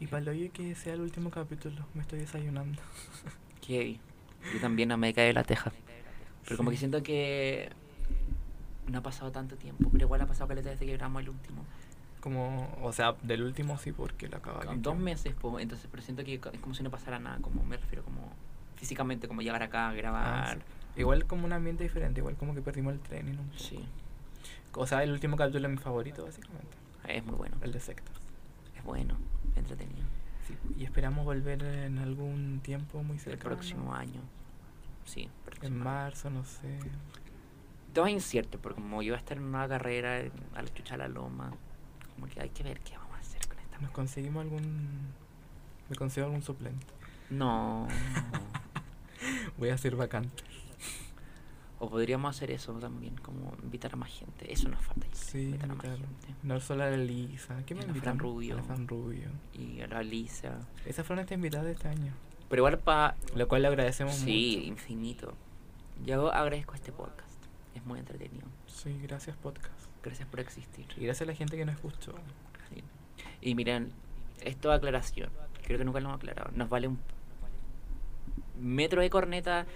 B: Y para hoyo que sea el último capítulo, me estoy desayunando.
C: Heavy. Yo también no me cae la teja. Pero como que
B: Sí.
C: siento que no ha pasado tanto tiempo. Pero igual ha pasado caleta desde que grabamos el último.
B: Como, o sea, del último sí, porque la acaba
C: Con dos meses, po, entonces, pero siento que co- es como si no pasara nada, como me refiero como físicamente, como llegar acá, grabar.
B: Igual como un ambiente diferente, igual como que perdimos el tren. en un-
C: sí.
B: O sea, el último capítulo es mi favorito, básicamente.
C: es muy bueno,
B: El de sectas.
C: es bueno, entretenido.
B: Sí, y esperamos volver en algún tiempo muy
C: El
B: cercano.
C: próximo año. Sí,
B: En
C: próximo año.
B: marzo, no sé.
C: Todo es incierto, porque como yo voy a estar en una carrera, en- a la chucha a la loma, como que hay que ver qué vamos a hacer con esta.
B: Nos conseguimos algún... Me consigo algún suplente.
C: No.
B: Voy a ser vacante.
C: o podríamos hacer eso también, como invitar a más gente. Eso nos falta. yo creo,
B: Sí,
C: invitar a más
B: invitar.
C: gente.
B: No solo a la Elisa. ¿Quién me
C: Y a la
B: invita?
C: Fran Rubio.
B: A la Fran Rubio.
C: Y a la Lisa.
B: Esa fue nuestra invitada de este año.
C: Pero igual para
B: Lo cual le agradecemos
C: Sí, infinito. Yo agradezco este podcast. Es muy entretenido.
B: mucho. Sí, gracias podcast.
C: Gracias por existir.
B: Y gracias a la gente que nos escuchó.
C: Sí. Y miren, esto es aclaración. Creo que nunca lo hemos aclarado. Nos vale un metro de corneta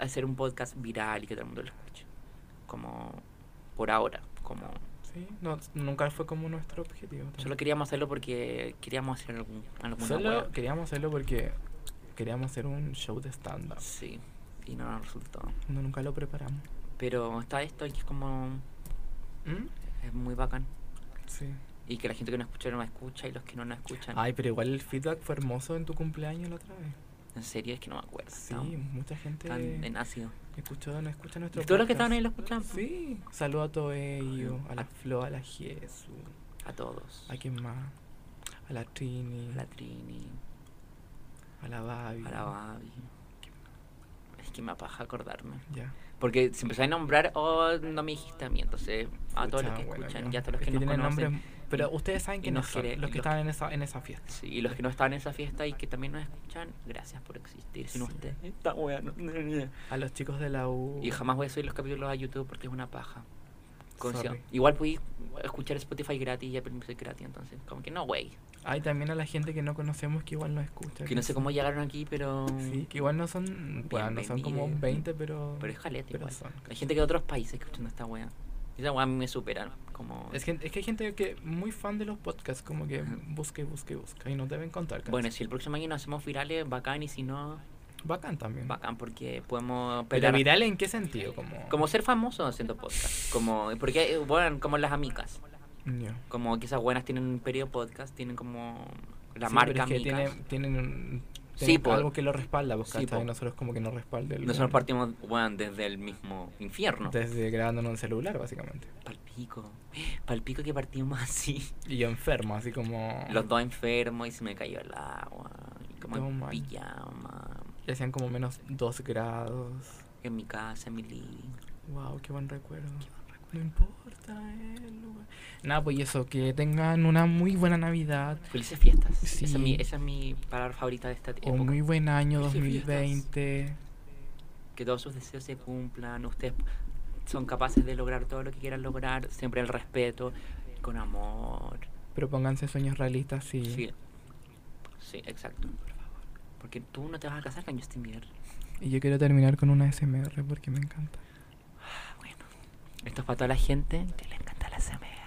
C: hacer un podcast viral y que todo el mundo lo escuche. Como por ahora. Como
B: Sí, no, nunca fue como nuestro objetivo. tampoco.
C: solo queríamos hacerlo porque queríamos hacer algún alguna
B: Solo
C: hueá.
B: queríamos hacerlo porque queríamos hacer un show de stand-up.
C: Sí. Y no nos resultó.
B: No, nunca lo preparamos.
C: Pero está esto y es como
B: ¿Mm?
C: es muy bacán.
B: Sí.
C: Y que la gente que no escucha no escucha y los que no no escuchan.
B: Ay, pero igual el feedback fue hermoso en tu cumpleaños la otra vez.
C: En serio, es que no me acuerdo.
B: Sí,
C: estaba
B: mucha gente
C: tan en ácido.
B: escuchó, no escucha nuestro
C: Todos los que
B: podcast.
C: estaban ahí lo escuchaban. po.
B: Sí, saludo a todo ello, a la
C: Ah.
B: Flo, a la Jesús,
C: A todos.
B: a quién más, a la Trini,
C: A la Trini,
B: a la Babi.
C: a la Babi. Es que me apaja acordarme.
B: Ya.
C: Porque se empezó a nombrar, oh, no me dijiste a mí. Entonces, a todos los
B: Pucha,
C: que
B: bueno,
C: escuchan,
B: yo-
C: ya a todos los
B: es
C: que, nos
B: tienen
C: conocen.
B: nombres- pero ustedes saben
C: y
B: quiénes
C: nos
B: son,
C: quiere-
B: los
C: y
B: que
C: los-
B: estaban en esa, en esa fiesta.
C: Sí, y los que no estaban en esa fiesta y que también nos escuchan, gracias por existir. Sin
B: Sí.
C: ustedes. Esta wea no-
B: A los chicos de la U.
C: Y jamás voy a subir los capítulos a YouTube porque es una paja. Con-
B: Sorry.
C: Igual pude escuchar Spotify gratis y Apple Music gratis, entonces, como que no, güey.
B: Hay también a la gente que no conocemos que igual no escucha.
C: Que no sé cómo llegaron aquí, pero.
B: Sí, que igual no son, bueno, no son como
C: Bienvenido.
B: 20, pero...
C: Pero es jaleta
B: pero
C: igual.
B: son,
C: Hay gente que de otros países escuchando esta wea. Y Esa wea a mí me supera. Como...
B: Es que, es que hay gente que muy fan de los podcasts, como que
C: Ajá.
B: busca y busca y busca, y no deben contar.
C: Bueno, si el próximo año nos hacemos virales, bacán. Y si no,
B: Bacán también.
C: bacán, porque podemos
B: Pero
C: pelear.
B: viral en qué sentido? Como...
C: Como ser famosos haciendo podcast. Como, porque, eh, bueno, como las amigas.
B: Ya.
C: Como que esas buenas tienen un periodo podcast, tienen como la
B: Sí,
C: marca
B: pero es que
C: amigas.
B: tienen, tienen, un-
C: Sí,
B: tienen
C: po.
B: algo que lo respalda, vos
C: Sí,
B: ¿cachai?
C: po.
B: Nosotros como que no respalda. el-
C: Nosotros partimos, bueno, desde el mismo infierno.
B: Desde grabándonos en celular, básicamente.
C: Palpico. Palpico que partimos así.
B: Y yo enfermo, así como...
C: Los dos enfermos y se me cayó el agua. Y como
B: Todo
C: en
B: mal.
C: pijama.
B: Y hacían como menos 2 grados.
C: En mi casa, en mi living.
B: Wow, qué buen recuerdo. No importa el lugar. Nada, pues y eso, que tengan una muy buena Navidad
C: Felices fiestas.
B: Sí.
C: Esa, es mi, esa es mi palabra favorita de esta época.
B: o muy buen año
C: Felices fiestas.
B: 2020.
C: Que todos sus deseos se cumplan. Ustedes son capaces de lograr todo lo que quieran lograr. Siempre el respeto, con amor.
B: Propónganse sueños realistas, sí.
C: Sí. Sí, exacto. Por favor. Porque tú no te vas a casar con Justin Bieber.
B: Y yo quiero terminar con una SMR porque me encanta.
C: Bueno. Esto es para toda la gente que le encanta la CMR.